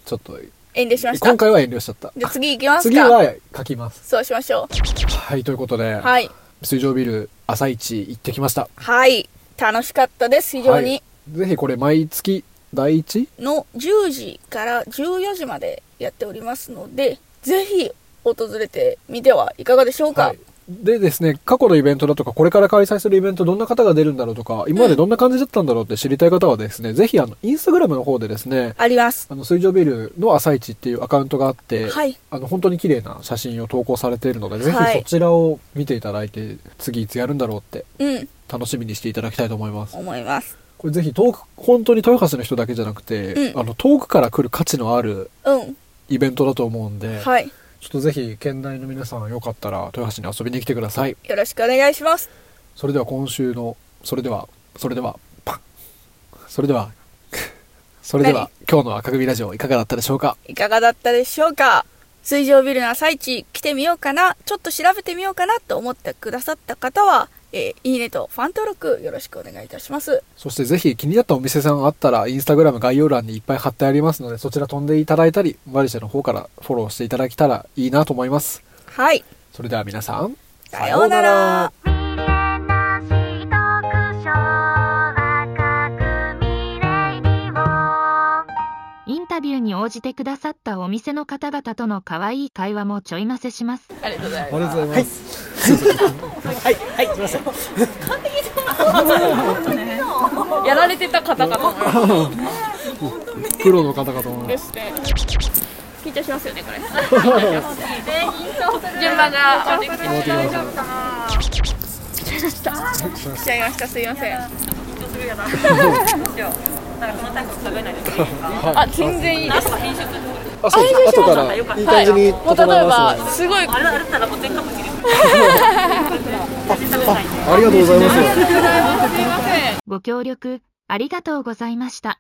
Speaker 1: ちょっと
Speaker 2: 遠慮しました
Speaker 1: 今回は遠慮しちゃった
Speaker 2: じゃあ次行きますか
Speaker 1: 次は書きます
Speaker 2: そうしましょ
Speaker 1: はいということで、
Speaker 2: うはい
Speaker 1: 水上ビル朝市行ってきました
Speaker 2: はい楽しかったです非常に、
Speaker 1: はいぜひこれ毎月第一
Speaker 2: の10時から14時までやっておりますので、ぜひ訪れてみてはいかがでしょうか。
Speaker 1: はい、でですね過去のイベントだとかこれから開催するイベントどんな方が出るんだろうとか今までどんな感じだったんだろうって知りたい方はですねぜひあのインスタグラムの方でですね
Speaker 2: あります。
Speaker 1: あの水上ビルの朝市っていうアカウントがあって、
Speaker 2: はい
Speaker 1: あの本当に綺麗な写真を投稿されているので、ぜ
Speaker 2: はい
Speaker 1: ひそちらを見ていただいて次いつやるんだろうって
Speaker 2: うん、
Speaker 1: 楽しみにしていただきたいと思います
Speaker 2: 思います。
Speaker 1: これぜひ遠く本当に豊橋の人だけじゃなくて、
Speaker 2: うん
Speaker 1: あの遠くから来る価値のある
Speaker 2: うん、
Speaker 1: イベントだと思うんで、
Speaker 2: はい。
Speaker 1: ちょっとぜひ県内の皆さんよかったら豊橋に遊びに来てください
Speaker 2: よろしくお願いします。
Speaker 1: それでは今週のそれではそれではパンそれでは *laughs* それでは今日の赤組ラジオいかがだったでしょうか
Speaker 2: いかがだったでしょうか水上ビルの朝市来てみようかな、ちょっと調べてみようかなと思ってくださった方は、えーいいねとファン登録よろしくお願いいたします。
Speaker 1: そしてぜひ気になったお店さんあったら、インスタグラム概要欄にいっぱい貼ってありますので、そちら飛んでいただいたり、マルシェの方からフォローしていただけたらいいなと思います。
Speaker 2: はい。
Speaker 1: それでは皆さん、
Speaker 2: さようなら。
Speaker 5: 赤組レイディオ応じてくださったお店の方々との可愛い会話もちょい載せします。
Speaker 2: ありがとうござい
Speaker 6: ありが
Speaker 2: ま
Speaker 6: とうございます。
Speaker 8: はいはいすいません
Speaker 2: すやられてた方々
Speaker 1: プロの方々も
Speaker 2: ですね緊張しますよねこれ順番が回ってきて大丈夫かな来ちゃいましたすいません *laughs* あ全然いいです
Speaker 1: あそうです後からいい感じに整
Speaker 2: もう例え
Speaker 1: えま
Speaker 2: ば
Speaker 1: すのです
Speaker 2: ご
Speaker 1: あ
Speaker 2: い
Speaker 1: りがとうございます
Speaker 2: すいません
Speaker 5: ご協力ありがとうございました。